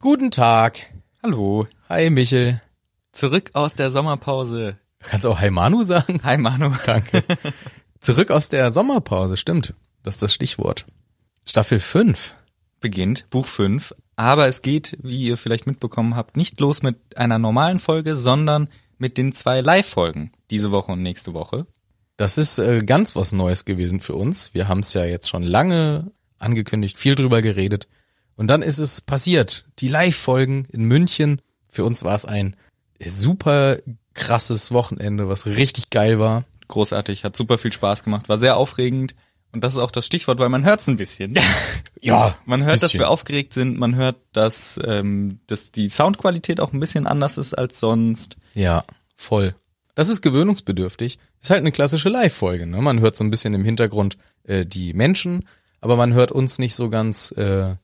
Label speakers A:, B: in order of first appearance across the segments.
A: Guten Tag.
B: Hallo.
A: Hi Michel.
B: Zurück aus der Sommerpause.
A: Kannst du auch Hi Manu sagen?
B: Hi Manu.
A: Danke. Zurück aus der Sommerpause, stimmt. Das ist das Stichwort. Staffel 5.
B: Beginnt Buch 5. Aber es geht, wie ihr vielleicht mitbekommen habt, nicht los mit einer normalen Folge, sondern mit den zwei Live-Folgen. Diese Woche und nächste Woche.
A: Das ist äh, ganz was Neues gewesen für uns. Wir haben es ja jetzt schon lange angekündigt, viel drüber geredet. Und dann ist es passiert. Die Live-Folgen in München. Für uns war es ein super krasses Wochenende, was richtig geil war.
B: Großartig, hat super viel Spaß gemacht, war sehr aufregend. Und das ist auch das Stichwort, weil man hört es ein bisschen.
A: Ja,
B: Man hört, dass
A: bisschen.
B: wir aufgeregt sind, man hört, dass, ähm, dass die Soundqualität auch ein bisschen anders ist als sonst.
A: Ja, voll. Das ist gewöhnungsbedürftig. Ist halt eine klassische Live-Folge. Ne? Man hört so ein bisschen im Hintergrund äh, die Menschen, aber man hört uns nicht so ganz, äh,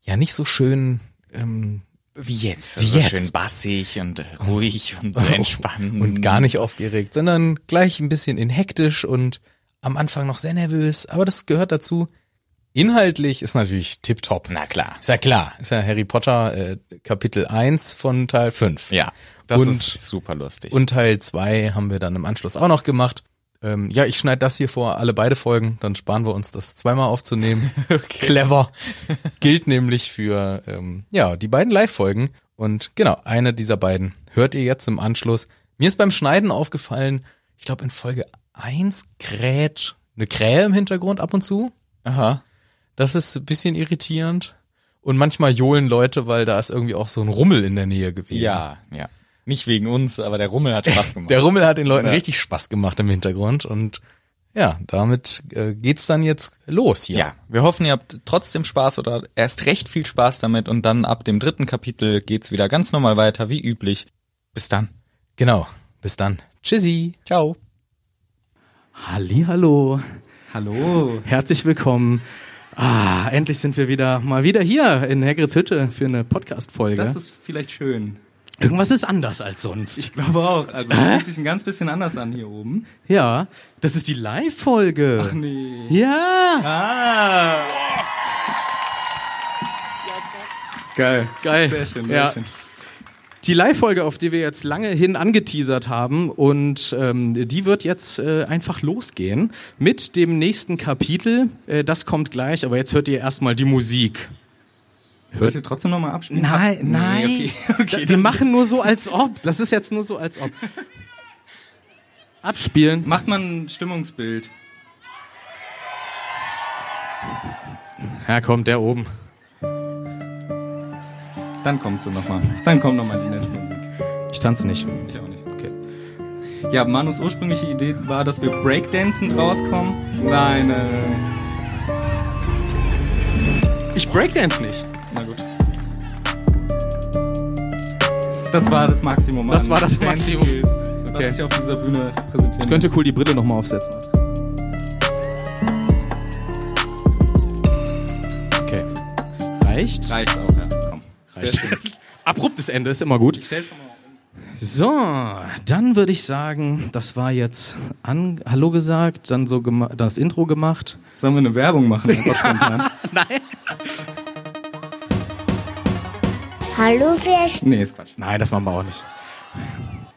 A: ja, nicht so schön ähm,
B: Wie jetzt.
A: Wie
B: Also
A: jetzt.
B: Schön bassig und äh, ruhig und äh, entspannend.
A: und gar nicht aufgeregt, sondern gleich ein bisschen in hektisch und am Anfang noch sehr nervös. Aber das gehört dazu. Inhaltlich ist natürlich tipptopp.
B: Na klar.
A: Ist ja klar. Ist ja Harry Potter äh, Kapitel 1 von Teil 5.
B: Ja, das
A: Und-
B: ist super lustig.
A: Und Teil 2 haben wir dann im Anschluss auch noch gemacht. Ähm, ja, ich schneide das hier vor, alle beide Folgen, dann sparen wir uns das zweimal aufzunehmen.
B: Okay.
A: Clever. Gilt nämlich für ähm, ja, die beiden Live-Folgen. Und genau, eine dieser beiden hört ihr jetzt im Anschluss. Mir ist beim Schneiden aufgefallen, ich glaube in Folge 1 kräht eine Krähe im Hintergrund ab und zu.
B: Aha.
A: Das ist ein bisschen irritierend. Und manchmal johlen Leute, weil da ist irgendwie auch so ein Rummel in der Nähe gewesen.
B: Ja, ja. Nicht wegen uns, aber der Rummel hat Spaß gemacht.
A: Der Rummel hat den Leuten
B: Ja.
A: richtig Spaß gemacht im Hintergrund und ja, damit äh, geht's dann jetzt los hier.
B: ja, wir hoffen, ihr habt trotzdem Spaß oder erst recht viel Spaß damit und dann ab dem dritten Kapitel geht's wieder ganz normal weiter, wie üblich. Bis dann.
A: Genau. Bis dann. Tschüssi.
B: Ciao.
C: Hallihallo,
B: Hallo.
C: herzlich willkommen. Ah, endlich sind wir wieder mal wieder hier in Hagrids Hütte für eine Podcast-Folge.
B: ist vielleicht schön.
C: Irgendwas ist anders als sonst.
B: glaube auch. Also es fühlt sich ein ganz bisschen anders an hier oben.
C: Ja, das ist die Live-Folge. Ach
B: nee.
C: Ja,
B: Ah. Geil.
C: Geil.
B: Sehr schön, sehr
C: Ja.
B: schön.
C: die Live-Folge, auf die wir jetzt lange hin angeteasert haben und ähm, die wird jetzt äh, einfach losgehen mit dem nächsten Kapitel. Äh, das kommt gleich, aber jetzt hört ihr erstmal die Musik.
B: Soll ich sie trotzdem nochmal abspielen?
C: Nein,
B: Nee,
C: nein.
B: Okay, okay.
C: Da- wir machen nur so, als ob. Das ist jetzt nur so, als ob. Abspielen.
B: Macht man ein Stimmungsbild.
C: Ja, kommt der oben.
B: Dann kommt sie nochmal. Dann kommt nochmal die nette Musik.
C: Ich tanze nicht.
B: Ich auch nicht. Okay. Ja, Manus ursprüngliche Idee war, dass wir breakdancend rauskommen. Nein, äh,
C: Ich breakdance nicht.
B: na gut. Das war das Maximum.
C: Das
B: an
C: war das
B: Dance
C: Maximum.
B: Skills,
C: Okay.
B: Was ich auf dieser Bühne präsentieren
C: Könnte cool die Brille nochmal aufsetzen. Okay. Reicht.
B: kann. Reicht auch, ja. Komm.
C: Reicht. Abruptes Ende ist immer gut.
B: Ich stell schon mal um.
C: So, dann würde ich sagen, das war jetzt an Hallo gesagt, dann so gema- das Intro gemacht.
B: Sollen wir eine Werbung machen? Einfach spontan.
D: Hallo, wer ist
B: nee, ist Quatsch.
C: Nein, das machen wir auch nicht.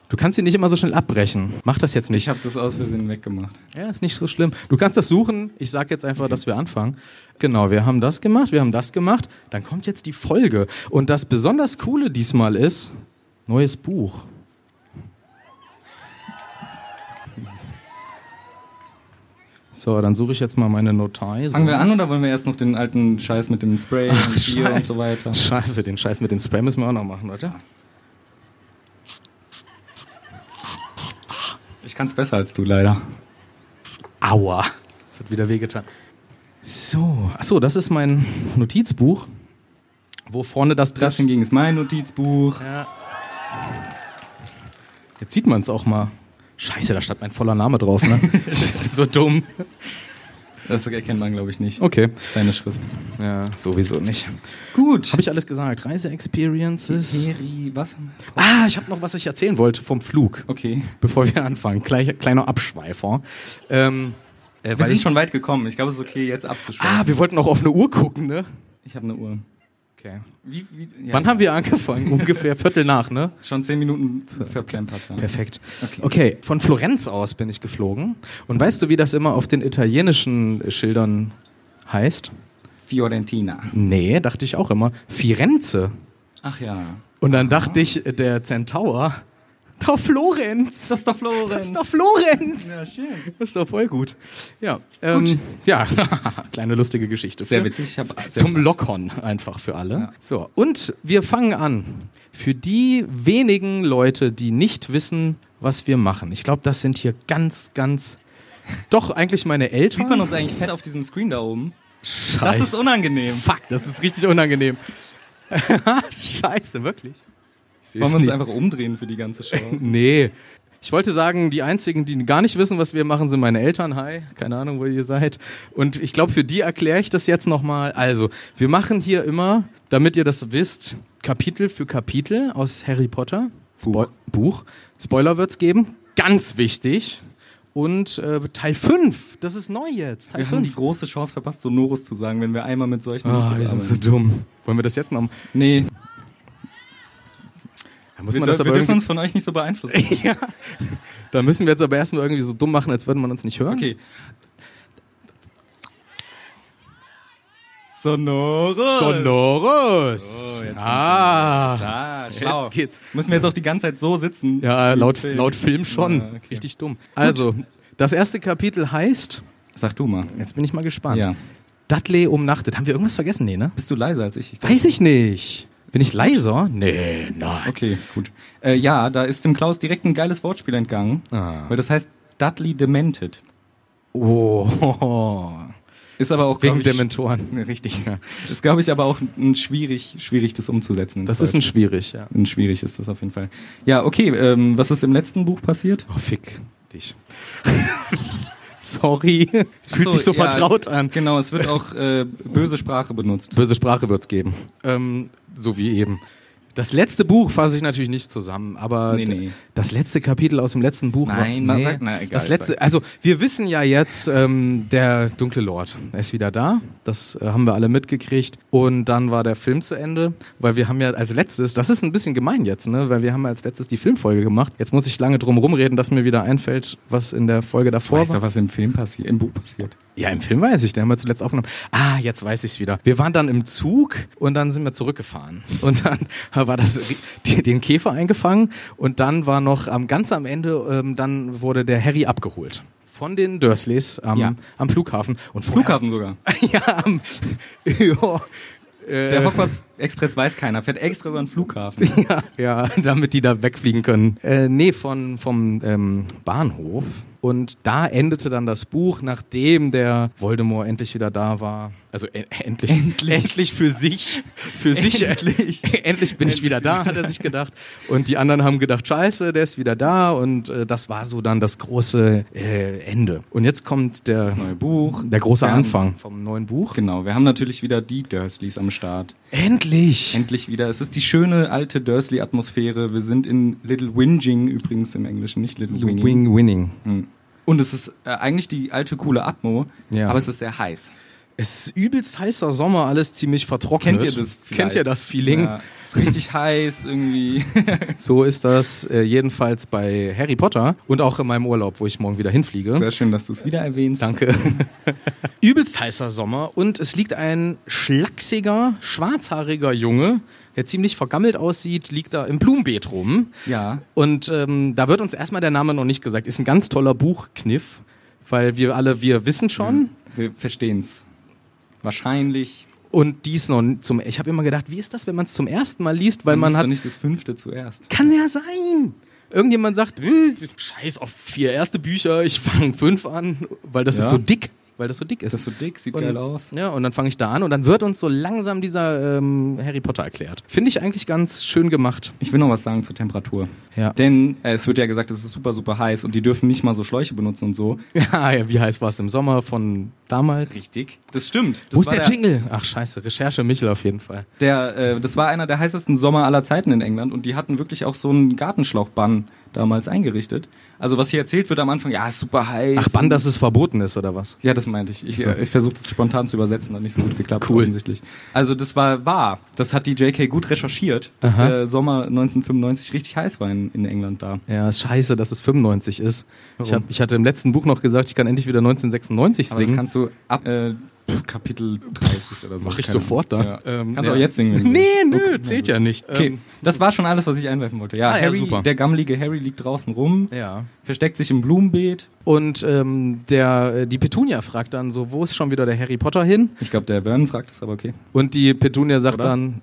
C: Du kannst ihn nicht immer so schnell abbrechen. Mach das jetzt
B: Ich
C: nicht.
B: habe das aus Versehen weggemacht.
C: Ja, ist nicht so schlimm. Du kannst das suchen. Ich sag jetzt einfach, dass wir anfangen. Genau, wir haben das gemacht, wir haben das gemacht. Dann kommt jetzt die Folge. Und das besonders Coole diesmal ist, neues Buch. So, dann suche ich jetzt mal meine Notei.
B: Fangen wir an oder wollen wir erst noch den alten Scheiß mit dem Spray und Bier und so weiter?
C: Scheiße, den Scheiß mit dem Spray müssen wir auch noch machen, Leute.
B: Ich kann es besser als du leider.
C: Aua. Das hat wieder wehgetan. So, achso, das ist mein Notizbuch, wo vorne das
B: Das
C: drin
B: hingegen ist mein Notizbuch.
C: Jetzt sieht man es auch mal. Scheiße, da stand mein voller Name drauf, ne? ich bin so dumm.
B: Das erkennt man, glaube ich, nicht.
C: Okay.
B: Deine Schrift.
C: Ja, sowieso nicht.
B: Gut.
C: Habe ich alles gesagt? Reise-Experiences?
B: Mary, was?
C: Ah, ich habe noch, was ich erzählen wollte vom Flug,
B: Okay.
C: bevor wir anfangen. Kleiner, kleiner Abschweifer. Ähm, äh,
B: Wir
C: weil
B: sind
C: ich,
B: schon weit gekommen. Ich glaube, es ist okay, jetzt abzuschreiben.
C: ah, wir wollten auch auf eine Uhr gucken, ne?
B: Ich habe eine Uhr.
C: Okay.
D: Wie, wie, ja,
C: Wann haben wir angefangen? Ungefähr Viertel nach, ne?
D: Schon zehn Minuten zu- verplempert. Ja.
C: Perfekt. Okay. von Florenz aus bin ich geflogen. Und weißt du, wie das immer auf den italienischen Schildern heißt?
D: Fiorentina.
C: Nee, dachte ich auch immer. Firenze.
D: Ach ja.
C: Und dann dachte ich, äh, der Centaur, da Florenz.
D: Das ist doch Florenz.
C: Das ist doch Florenz.
D: ja, schön.
C: Das ist doch voll gut. Ja, ähm, ja, kleine lustige Geschichte.
D: Sehr
C: Für-
D: witzig. Ich hab, sehr
C: Zum Lockon einfach für alle. So, und wir fangen an. Für die wenigen Leute, die nicht wissen, was wir machen. Ich glaube, das sind hier ganz, ganz. Doch, eigentlich meine Eltern.
D: Sieht man uns eigentlich fett auf diesem Screen da oben? Das
C: Scheiße.
D: ist unangenehm.
C: Fuck, das ist richtig unangenehm. Scheiße, wirklich. Ich seh's
D: Wollen wir uns
C: nie.
D: einfach umdrehen für die ganze Show?
C: Nee. Ich wollte sagen, die einzigen, die gar nicht wissen, was wir machen, sind meine Eltern. Hi, keine Ahnung, wo ihr seid. Und ich glaube, für die erkläre ich das jetzt nochmal. Also, wir machen hier immer, damit ihr das wisst, Kapitel für Kapitel aus Harry Potter. Spo Buch. Spoiler wird's geben. Ganz wichtig. Und äh, Teil 5, das ist neu jetzt. Teil
D: Wir haben die
C: 5.
D: große Chance verpasst, Sonorus zu sagen, wenn wir einmal mit solchen
C: Ah,
D: Mikros
C: wir sind so
D: arbeiten.
C: dumm. Wollen wir das jetzt noch?
D: Nee,
C: Da muss
D: wir,
C: man das
D: dür-
C: aber
D: wir dürfen
C: irgendwie,
D: uns von euch nicht so beeinflussen.
C: Da müssen wir jetzt aber erstmal irgendwie so dumm machen, als würde man uns nicht hören.
D: Okay. Sonorus.
C: Sonorus.
D: Oh, jetzt
C: ah.
D: Ah, schlau.
C: Jetzt geht's.
D: Müssen wir jetzt auch die ganze Zeit so sitzen?
C: Ja, äh,
D: Wie
C: laut
D: Film.
C: Film, laut Film schon.
D: Ja, okay.
C: Richtig dumm. Also, das erste Kapitel heißt,
D: Sag du mal.
C: jetzt bin ich mal gespannt.
D: Ja.
C: Dudley umnachtet. Haben wir irgendwas vergessen? Nee, ne?
D: Bist du leiser als ich? ich
C: Weiß ich nicht. Bin ich leiser? Nee, nein.
D: Okay, gut. Äh, ja, da ist dem Klaus direkt ein geiles Wortspiel entgangen.
C: Ah.
D: Weil das heißt Dudley Demented.
C: Oh.
D: Ist aber auch
C: Wegen
D: glaub ich,
C: Dementoren.
D: Richtig, ja. Ist, glaube ich, aber auch ein schwierig, schwierig das umzusetzen. ins
C: Das ist ein
D: Deutsche.
C: schwierig, ja.
D: ein schwierig ist das auf jeden Fall. Ja, okay, ähm, was ist im letzten Buch passiert?
C: Oh, fick dich. Sorry. Es fühlt
D: Achso,
C: sich so
D: ja,
C: vertraut an.
D: Genau, es wird auch äh, böse Sprache benutzt.
C: Böse Sprache wird's geben. Ähm, so wie eben. Das letzte Buch fasse ich natürlich nicht zusammen, aber
D: Nee, nee.
C: das letzte Kapitel aus dem letzten Buch
D: Nein,
C: war,
D: man sagt- na, egal,
C: das letzte,
D: sag.
C: also wir wissen ja jetzt, ähm, der dunkle Lord er ist wieder da, das äh, haben wir alle mitgekriegt und dann war der Film zu Ende, weil wir haben ja als letztes, das ist ein bisschen gemein jetzt, ne, weil wir haben als letztes die Filmfolge gemacht. Jetzt muss ich lange drum rumreden, dass mir wieder einfällt, was in der Folge davor war.
D: was im Film passiert, im Buch passiert.
C: Ja, im Film weiß ich, den haben wir zuletzt aufgenommen. Ah, jetzt weiß ich's wieder. Wir waren dann im Zug und dann sind wir zurückgefahren. Und dann war das die, den Käfer eingefangen und dann war noch am ganz am Ende, ähm, dann wurde der Harry abgeholt. Von den Dursleys am,
D: Ja.
C: am Flughafen. Und vorher-
D: Flughafen sogar.
C: ja, am, ja, Äh.
D: Der Hogwarts Express weiß keiner, fährt extra über den Flughafen.
C: ja, damit die da wegfliegen können. Äh, nee, von, vom ähm, Bahnhof. Und da endete dann das Buch, nachdem der Voldemort endlich wieder da war. Also e- endlich, endlich, für sich, für sich endlich, endlich bin ich wieder da, hat er sich gedacht. Und die anderen haben gedacht, Scheiße, der ist wieder da. Und äh, das war so dann das große äh, Ende. Und jetzt kommt der
D: Das neue Buch.
C: der große
D: Wir haben-
C: Anfang vom neuen Buch.
D: Genau, wir haben natürlich wieder die Dursleys am Start.
C: Endlich!
D: Endlich wieder. Es ist die schöne alte Dursley-Atmosphäre. Wir sind in Little Winging übrigens im Englischen, nicht Little Winging.
C: Wing Winning.
D: Hm. Und es ist äh, eigentlich die alte coole Atmo,
C: Ja.
D: aber es ist sehr heiß.
C: Es ist übelst heißer Sommer, alles ziemlich vertrocknet.
D: Kennt ihr das? Vielleicht?
C: Kennt ihr das Feeling? Hm?
D: Ja, ist richtig heiß irgendwie.
C: So ist das äh, jedenfalls bei Harry Potter und auch in meinem Urlaub, wo ich morgen wieder hinfliege.
D: Sehr schön, dass du es wieder erwähnst.
C: Danke. übelst heißer Sommer und es liegt ein schlachsiger, schwarzhaariger Junge, der ziemlich vergammelt aussieht, liegt da im Blumenbeet rum.
D: Ja.
C: Und ähm, da wird uns erstmal der Name noch nicht gesagt. Ist ein ganz toller Buchkniff, weil wir alle, wir wissen schon,
D: Wir verstehen's. Wahrscheinlich.
C: Und dies noch zum. Ich habe immer gedacht, wie ist das, wenn man es zum ersten Mal liest, weil man
D: liest
C: hat.
D: doch nicht das fünfte zuerst.
C: Kann ja sein. Irgendjemand sagt, "Äh, scheiß auf vier erste Bücher, ich fange fünf an, weil das
D: Ja.
C: ist so dick. Weil das so dick ist.
D: Das ist so dick, sieht
C: und,
D: geil aus.
C: Ja, und dann fange ich da an und dann wird uns so langsam dieser ähm, Harry Potter erklärt. Finde ich eigentlich ganz schön gemacht.
D: Ich will noch was sagen zur Temperatur.
C: Ja.
D: Denn äh, es wird ja gesagt, es ist super, super heiß und die dürfen nicht mal so Schläuche benutzen und so.
C: Ja, ja wie heiß war es im Sommer von damals?
D: Richtig. Das stimmt. Das
C: Wo ist
D: war
C: der Jingle? Ach scheiße, Recherche Michel auf jeden Fall.
D: der, äh, das war einer der heißesten Sommer aller Zeiten in England und die hatten wirklich auch so einen Gartenschlauchbann, damals eingerichtet. Also was hier erzählt wird am Anfang, ja, ist super heiß.
C: Ach, wann, dass es verboten ist, oder was?
D: Ja, das meinte ich. Ich,
C: So.
D: äh, ich versuche das spontan zu übersetzen, hat nicht so gut geklappt
C: Cool.
D: offensichtlich. Also das war wahr. Das hat die JK gut recherchiert, dass
C: Aha.
D: der Sommer 1995 richtig heiß war in, in England da.
C: Ja, ist scheiße, dass es 95 ist. Ich,
D: Warum?
C: hab, ich hatte im letzten Buch noch gesagt, ich kann endlich wieder 1996
D: Aber das
C: singen.
D: kannst du ab äh, pf, Kapitel 30 oder so.
C: Mach ich
D: Keine
C: sofort
D: Ahnung.
C: dann.
D: Ja.
C: Ähm,
D: kannst du
C: Also ja.
D: auch jetzt singen. wenn du
C: Nee,
D: willst.
C: nö,
D: Okay, na
C: zählt
D: gut.
C: ja nicht.
D: Okay,
C: Ähm,
D: das war schon alles, was ich einwerfen wollte. Ja,
C: Ah, ja,
D: Harry,
C: super.
D: der gammelige Harry liegt draußen rum,
C: ja.
D: versteckt sich im Blumenbeet.
C: Und ähm, der, äh, die Petunia fragt dann so, wo ist schon wieder der Harry Potter hin?
D: Ich glaube, der Vernon fragt es, aber okay.
C: Und die Petunia sagt
D: Oder?
C: dann,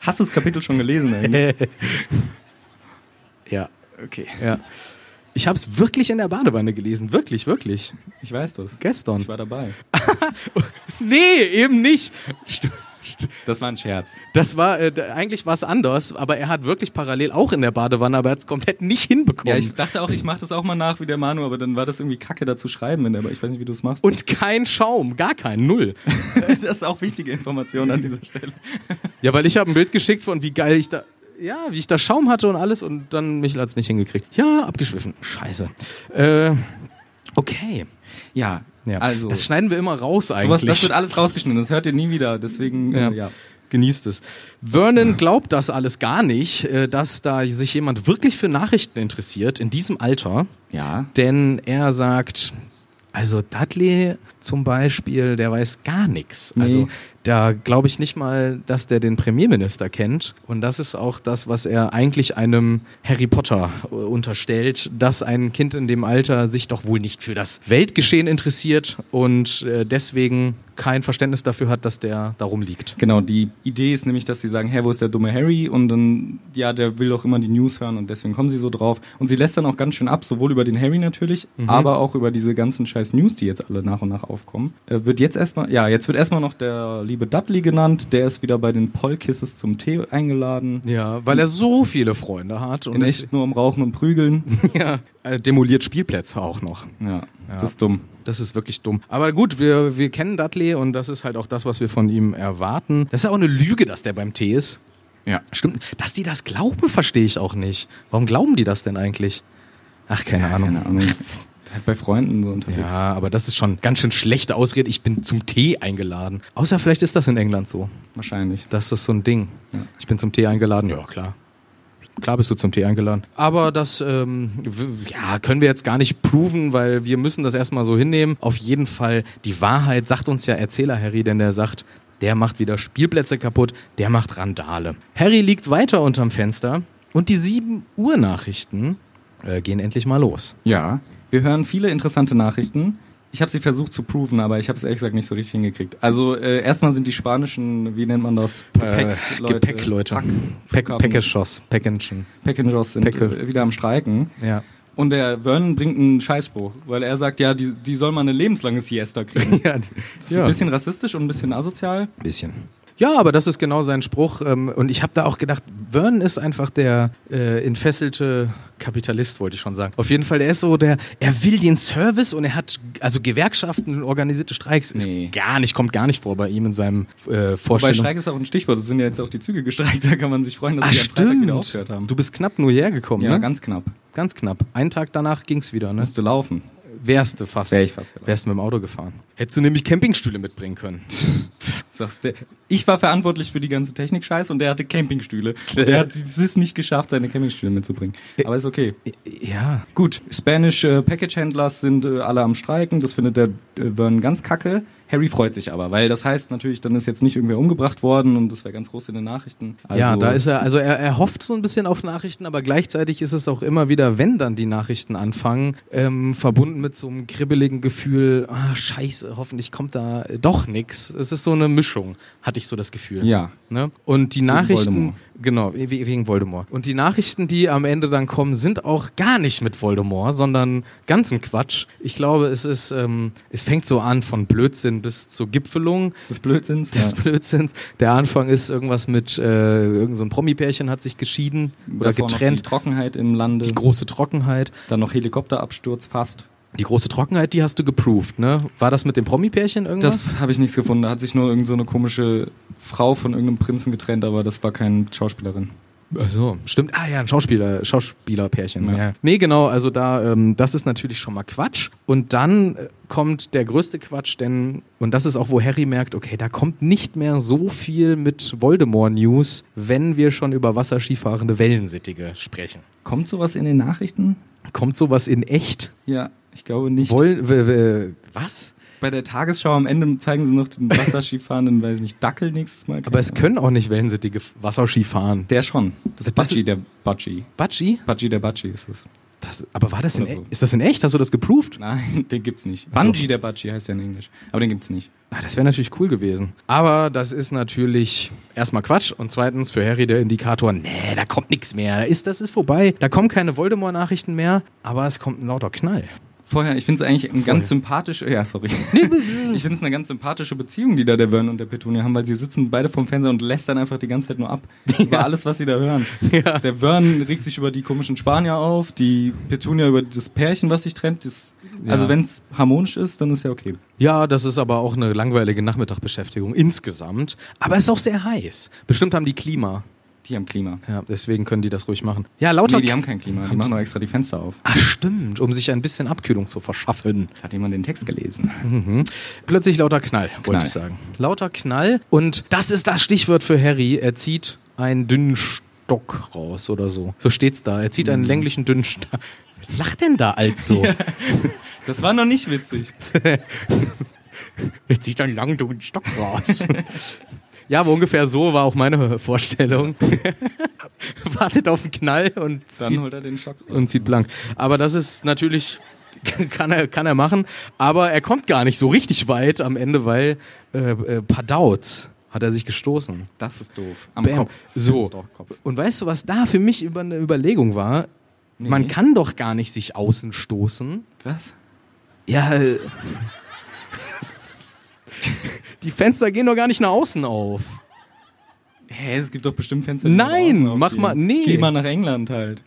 D: Hast du das Kapitel schon gelesen eigentlich?
C: ja,
D: okay.
C: ja. Ich habe es wirklich in der Badewanne gelesen, wirklich, wirklich.
D: Ich weiß das.
C: Gestern.
D: Ich war dabei.
C: Nee, eben nicht. St-
D: Das war ein Scherz.
C: Das war, äh, d- eigentlich war es anders, aber er hat wirklich parallel auch in der Badewanne, aber er hat es komplett nicht hinbekommen.
D: Ja, ich dachte auch, ich mache das auch mal nach wie der Manu, aber dann war das irgendwie kacke dazu schreiben, wenn der, aber ich weiß nicht, wie du es machst.
C: und kein Schaum, gar kein, null.
D: das ist auch wichtige Information an dieser Stelle.
C: Ja, weil ich habe ein Bild geschickt von wie geil ich da, ja, wie ich da Schaum hatte und alles und dann mich als nicht hingekriegt. Ja, abgeschwiffen. Scheiße. Äh, okay.
D: Ja,
C: Ja.
D: also
C: das schneiden wir immer raus eigentlich.
D: sowas, das wird alles rausgeschnitten, das hört ihr nie wieder, deswegen
C: Ja.
D: äh, ja.
C: Genießt es. Vernon glaubt das alles gar nicht, äh, dass da sich jemand wirklich für Nachrichten interessiert in diesem Alter,
D: Ja.
C: denn er sagt, also Dudley zum Beispiel, der weiß gar nichts.
D: Nee.
C: Also da glaube ich nicht mal, dass der den Premierminister kennt. Und das ist auch das, was er eigentlich einem Harry Potter äh, unterstellt, dass ein Kind in dem Alter sich doch wohl nicht für das Weltgeschehen interessiert und äh, deswegen kein Verständnis dafür hat, dass der darum liegt.
D: Genau, die Idee ist nämlich, dass sie sagen, hey, wo ist der dumme Harry? Und dann, ja, der will doch immer die News hören und deswegen kommen sie so drauf. Und sie lässt dann auch ganz schön ab, sowohl über den Harry natürlich,
C: Mhm.
D: aber auch über diese ganzen scheiß News, die jetzt alle nach und nach aufkommen. Äh, wird jetzt erstmal, ja, jetzt wird erstmal noch der liebe Dudley genannt, der ist wieder bei den Pollkisses zum Tee eingeladen.
C: Ja, weil er so viele Freunde hat und
D: Und
C: es,
D: echt nur um Rauchen und Prügeln.
C: ja, äh, demoliert Spielplätze auch noch.
D: Ja, das ist dumm.
C: Das ist wirklich dumm. Aber gut, wir, wir kennen Dudley und das ist halt auch das, was wir von ihm erwarten. Das ist ja auch eine Lüge, dass der beim Tee ist.
D: Ja.
C: Stimmt. Dass die das glauben, verstehe ich auch nicht. Warum glauben die das denn eigentlich? Ach, keine Ahnung.
D: Keine Ahnung. Halt bei Freunden so unterwegs.
C: Ja, aber das ist schon ganz schön schlechte Ausrede. Ich bin zum Tee eingeladen. Außer vielleicht ist das in England so.
D: Wahrscheinlich.
C: Das ist so ein Ding. Ich bin zum Tee eingeladen. Ja, klar. Klar bist du zum Tee eingeladen. Aber das ähm, w- ja, können wir jetzt gar nicht proven, weil wir müssen das erstmal so hinnehmen. Auf jeden Fall, die Wahrheit sagt uns ja Erzähler Harry, denn der sagt, der macht wieder Spielplätze kaputt, der macht Randale. Harry liegt weiter unterm Fenster und die 7 Uhr Nachrichten äh, gehen endlich mal los.
D: Ja, wir hören viele interessante Nachrichten. Ich habe sie versucht zu proven, aber ich habe es ehrlich gesagt nicht so richtig hingekriegt. Also äh, erstmal sind die spanischen, wie nennt man das?
C: Gepäckleute. Äh, Gepäckleute.
D: Pack,
C: Pack,
D: Flughafen-
C: Packeschoss. Packenschen.
D: Packenjos sind
C: Päcke.
D: äh, wieder am Streiken.
C: Ja.
D: Und der Vernon bringt einen Scheißspruch, weil er sagt, ja, die, die soll mal eine lebenslange Siesta kriegen.
C: ja.
D: Das ist ein bisschen rassistisch und ein bisschen asozial.
C: Bisschen. Ja, aber das ist genau sein Spruch. ähm, Und ich habe da auch gedacht, Vernon ist einfach der äh, entfesselte Kapitalist, wollte ich schon sagen. Auf jeden Fall, der ist so der, er will den Service und er hat, also Gewerkschaften und organisierte Streiks
D: Nee.
C: ist gar nicht, kommt gar nicht vor bei ihm in seinem äh,
D: Bei
C: Vorstellungs...
D: Streik ist auch ein Stichwort. Es sind ja jetzt auch die Züge gestreikt, da kann man sich freuen, dass
C: Ah,
D: sie am Freitag wieder
C: stimmt.
D: aufgehört haben.
C: Du bist knapp nur hergekommen,
D: ja,
C: ne?
D: ganz knapp.
C: ganz knapp. Einen Tag danach ging's wieder, ne?
D: Musste laufen.
C: Wärst du fast.
D: Wär ich fast genau. gelaufen.
C: Wärst du mit dem Auto gefahren. Hättest du nämlich Campingstühle mitbringen können.
D: Sagst der, ich war verantwortlich für die ganze Technik-Scheiß und der hatte Campingstühle. Und der hat es nicht geschafft, seine Campingstühle mitzubringen.
C: Äh,
D: Aber ist okay.
C: Ja.
D: Gut, Spanish äh, Package-Händlers sind äh, alle am Streiken. Das findet der äh, Vernon ganz kacke. Harry freut sich aber, weil das heißt natürlich, dann ist jetzt nicht irgendwer umgebracht worden und das wäre ganz groß in den Nachrichten. Also,
C: ja, da ist er, also er, er hofft so ein bisschen auf Nachrichten, aber gleichzeitig ist es auch immer wieder, wenn dann die Nachrichten anfangen, ähm, verbunden mit so einem kribbeligen Gefühl, ah, scheiße, hoffentlich kommt da äh, doch nix. Es ist so eine Mischung, hatte ich so das Gefühl.
D: Ja.
C: Ne? Und die Nachrichten,
D: Voldemort.
C: genau, we- wegen Voldemort. Und die Nachrichten, die am Ende dann kommen, sind auch gar nicht mit Voldemort, sondern ganzen Quatsch. Ich glaube, es ist, ähm, es fängt so an von Blödsinn bis zur Gipfelung
D: Das Blödsinns.
C: des
D: ja.
C: Blödsinns. Der Anfang ist irgendwas mit, äh, irgend so ein Promi-Pärchen hat sich geschieden oder
D: Davor noch Die
C: getrennt.
D: Trockenheit im Lande,
C: Die große Trockenheit.
D: dann noch Helikopterabsturz fast.
C: Die große Trockenheit, die hast du geproved, ne? War das mit dem Promi-Pärchen irgendwas?
D: Das habe ich nichts gefunden. Da hat sich nur irgend so eine komische Frau von irgendeinem Prinzen getrennt, aber das war keine Schauspielerin.
C: Ach so, stimmt. Ah ja, ein Schauspieler, Schauspielerpärchen. Ja. Nee, genau, also da, ähm, das ist natürlich schon mal Quatsch. Und dann äh, kommt der größte Quatsch, denn, und das ist auch, wo Harry merkt, okay, da kommt nicht mehr so viel mit Voldemort-News, wenn wir schon über wasserskifahrende Wellensittige sprechen.
D: Kommt sowas in den Nachrichten?
C: Kommt sowas in echt?
D: Ja, ich glaube nicht.
C: Woll, w- w- was?
D: Bei der Tagesschau am Ende zeigen sie noch den Wasserskifahrenden, weiß nicht, Dackel nächstes Mal.
C: Aber es können auch nicht Wellensittige Wasserski fahren.
D: der schon. Das ist Batschi, der Batschi.
C: Batschi?
D: Batschi, der Batschi ist es.
C: Das, aber war das in,
D: Oder so.
C: e- ist das in echt? Hast du das geproved?
D: Nein, den gibt's nicht. Bungee, der Batschi heißt ja in Englisch. Aber den gibt's nicht.
C: Ah, das wäre natürlich cool gewesen. Aber das ist natürlich erstmal Quatsch und zweitens für Harry der Indikator, nee, da kommt nichts mehr. Da ist, das ist vorbei. Da kommen keine Voldemort-Nachrichten mehr, aber es kommt ein lauter Knall.
D: Vorher, ich finde es eigentlich eine ganz sympathische, ja, sorry. ich finde es eine ganz sympathische Beziehung, die da der Vern und der Petunia haben, weil sie sitzen beide vom Fernseher und lästern einfach die ganze Zeit nur ab. Über alles, was sie da hören. Der Vern regt sich über die komischen Spanier auf, die Petunia über das Pärchen, was sich trennt. Das, Also, wenn es harmonisch ist, dann ist ja okay.
C: Ja, das ist aber auch eine langweilige Nachmittagbeschäftigung insgesamt. Aber es ist auch sehr heiß. Bestimmt haben die Klima.
D: Die haben Klima.
C: Ja, deswegen können die das ruhig machen. Ja, lauter.
D: Nee, die haben kein Klima. Die machen nur extra die Fenster auf.
C: Ah, stimmt, um sich ein bisschen Abkühlung zu verschaffen.
D: Hat jemand den Text gelesen?
C: Mhm. Plötzlich lauter Hm? Knall, wollte
D: Knall.
C: ich sagen. Lauter Knall. Und das ist das Stichwort für Harry. Er zieht einen dünnen Stock raus oder so. So steht's da. Er zieht einen länglichen dünnen Stock. Was lacht denn da also?
D: Das war noch nicht witzig.
C: Er zieht einen langen dünnen Stock raus. ja, aber ungefähr so war auch meine Vorstellung. Wartet auf den Knall und
D: Dann
C: zieht
D: holt er den Schock raus.
C: und zieht blank. Aber das ist natürlich, kann er, kann er machen. Aber er kommt gar nicht so richtig weit am Ende, weil äh, äh, Padauts hat er sich gestoßen.
D: Das ist doof. Am
C: Bam.
D: Kopf.
C: So.
D: Fensterkopf.
C: Und weißt du, was da für mich über eine Überlegung war? Man kann doch gar nicht sich außen stoßen.
D: Was?
C: Ja. äh, Die Fenster gehen doch gar nicht nach außen auf.
D: Hä, es gibt doch bestimmt Fenster.
C: Nein,
D: nach außen
C: mach
D: aufgehen.
C: mal- nee.
D: Geh mal nach England halt.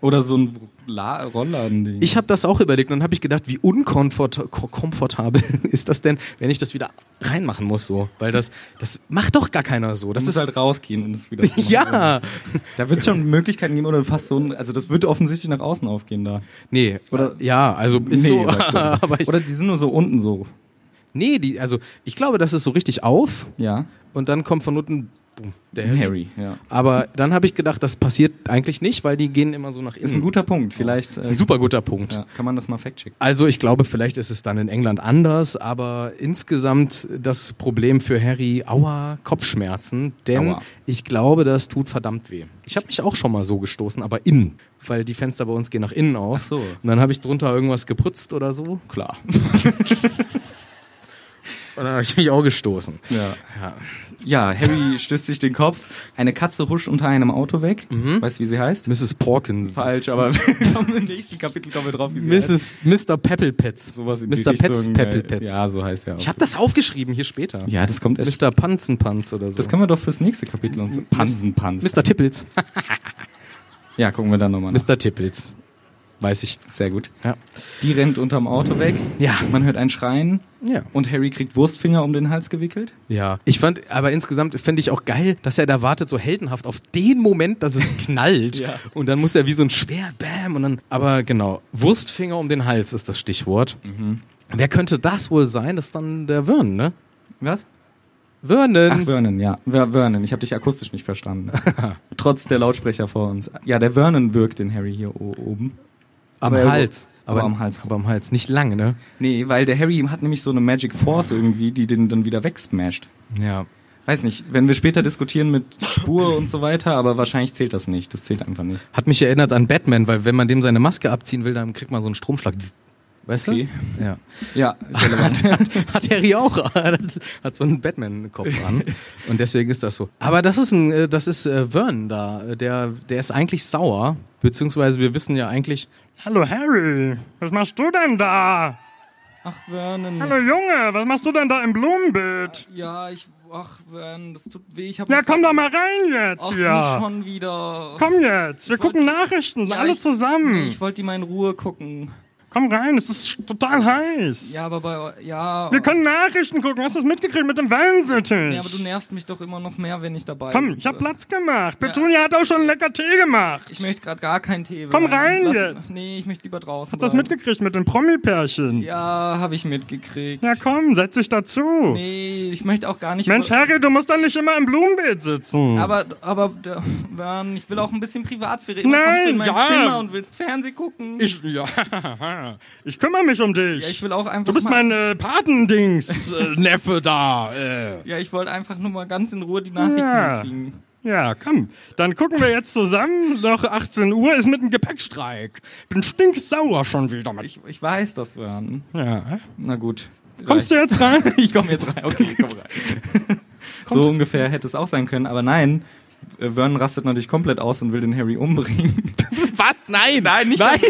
D: Oder so ein La Rollladen-Ding.
C: Ich habe das auch überlegt und habe ich gedacht, wie unkomfortabel komfortabel ist das denn, wenn ich das wieder reinmachen muss so, weil das das macht doch gar keiner so. Das
D: muss
C: ist
D: halt rausgehen und es wieder. zu machen.
C: ja,
D: Da wird es schon Möglichkeiten geben oder fast so ein. Also, das wird offensichtlich nach außen aufgehen da.
C: nee,
D: Oder-
C: oder ja, also ist so,
D: sagst du.
C: aber ich,
D: Oder die sind nur so unten so.
C: nee, die also ich glaube, das ist so richtig auf
D: Ja.
C: und dann kommt von unten boom, der Harry.
D: Harry, ja.
C: Aber dann habe ich gedacht, das passiert eigentlich nicht, weil die gehen immer so nach
D: Ist ein
C: innen.
D: guter Punkt. Vielleicht äh,
C: Das ist ein Hm. super guter Punkt.
D: ja, kann man das mal fact-checken.
C: Also ich glaube, vielleicht ist es dann in England anders, aber insgesamt das Problem für Harry, aua, Kopfschmerzen, denn
D: Aua.
C: ich glaube, das tut verdammt weh. Ich habe mich auch schon mal so gestoßen, aber innen, weil die Fenster bei uns gehen nach innen auf.
D: Ach so.
C: Und dann habe ich drunter irgendwas geputzt oder so. Klar. Und dann habe ich mich auch gestoßen.
D: Ja. ja, Harry stößt sich den Kopf. Eine Katze huscht unter einem Auto weg.
C: Mhm.
D: Weißt du, wie sie heißt?
C: Mrs. Porkins.
D: Falsch, aber wir kommen im nächsten Kapitel kommen wir drauf, wie sie heißt.
C: Mrs. Mr. Peppelpetz.
D: Sowas in die
C: Mr. Pets
D: Richtung, äh,
C: Peppelpetz.
D: Ja, so heißt er auch.
C: Ich habe das aufgeschrieben hier später.
D: ja, das kommt erst.
C: Mr. Panzenpanz oder so.
D: Das können wir doch fürs nächste Kapitel uns. Pansenpanz.
C: Mr. Tippels.
D: Ja, gucken wir dann nochmal nach.
C: Mr. Tippels. Weiß ich.
D: Sehr gut.
C: Ja.
D: Die rennt unterm Auto weg.
C: Ja.
D: Man hört ein Schreien.
C: Ja.
D: Und Harry kriegt Wurstfinger um den Hals gewickelt.
C: Ja. Ich fand, aber insgesamt fände ich auch geil, dass er da wartet, so heldenhaft auf den Moment, dass es knallt.
D: Ja.
C: Und dann muss er wie so ein Schwert, bam, und dann, aber genau. Wurstfinger um den Hals ist das Stichwort.
D: Mhm.
C: Wer könnte das wohl sein? Das ist dann der Wörn, ne?
D: Was?
C: Wörnen.
D: Ach, Vernon, ja. Ver Vernon, ich habe dich akustisch nicht verstanden. Trotz der Lautsprecher vor uns. Ja, der Vernon wirkt den Harry hier o- oben.
C: am
D: aber-
C: Hals.
D: aber am Hals.
C: Aber am Hals. Nicht lang, ne?
D: Nee, weil der Harry hat nämlich so eine Magic Force irgendwie, die den dann wieder wegsmasht.
C: Ja.
D: Weiß nicht, wenn wir später diskutieren mit Spur und so weiter, aber wahrscheinlich zählt das nicht. Das zählt einfach nicht.
C: Hat mich erinnert an Batman, weil wenn man dem seine Maske abziehen will, dann kriegt man so einen Stromschlag. Zzz. Weißt
D: Okay.
C: du? Ja.
D: Ja, relevant.
C: hat, hat Harry auch. hat so einen Batman-Kopf an. Und deswegen ist das so. Aber das ist ein, äh, das ist äh, Vern da. Äh, Der, der ist eigentlich sauer. Beziehungsweise wir wissen ja eigentlich,
E: Hallo Harry, was machst du denn da?
D: Ach, Vernon.
E: Hallo Junge, was machst du denn da im Blumenbeet?
D: Ja, ich. Ach, Vernon, das tut weh. Ich hab
E: Ja, komm doch mal rein jetzt
D: Ach, nicht
E: hier.
D: schon wieder.
E: Komm jetzt,
D: wollte-
E: wir gucken Nachrichten,
D: Ja,
E: alle
D: ich- Nee,
E: zusammen.
D: ich wollte die mal in Ruhe gucken.
E: Komm rein, es ist total heiß.
D: Ja, aber bei, ja.
E: Wir können Nachrichten gucken. Hast du das mitgekriegt mit dem Wellensittich?
D: ja, aber du nervst mich doch immer noch mehr, wenn ich dabei
E: Komm,
D: bin.
E: ich hab Platz gemacht. Petunia hat auch schon lecker Tee gemacht.
D: Ich möchte gerade gar keinen Tee.
E: Komm
D: Mann.
E: rein
D: Lass-
E: jetzt.
D: Nee, ich möchte lieber draußen.
E: Hast du das
D: bleiben.
E: mitgekriegt mit den Promi-Pärchen?
D: Ja, habe ich mitgekriegt.
E: Ja, komm, setz dich dazu.
D: Nee, ich möchte auch gar nicht.
E: Mensch, Harry, du musst doch nicht immer im Blumenbeet sitzen.
D: aber, aber, der- Mann, ich will auch ein bisschen Privatsphäre. Immer
E: Nein,
D: kommst du in mein
E: ja.
D: Zimmer und willst Fernsehen gucken.
E: ich, ja, ich kümmere mich um dich.
D: ja, ich will auch einfach.
E: du bist
D: mal,
E: mein äh, Patendings-Neffe da. Äh.
D: Ja, ich wollte einfach nur mal ganz in Ruhe die Nachrichten
E: Ja.
D: kriegen.
E: Ja, komm. Dann gucken wir jetzt zusammen. Noch 18 Uhr ist mit einem Gepäckstreik. Bin stinksauer schon wieder. Mit.
D: Ich, ich weiß das, Mann.
E: Ja.
D: Na gut.
E: Kommst du jetzt rein?
D: Ich komme jetzt rein. Okay, ich komm rein. so ungefähr hätte es auch sein können, aber nein. äh, Vernon rastet natürlich komplett aus und will den Harry umbringen.
C: Was? Nein, nein, nicht nein.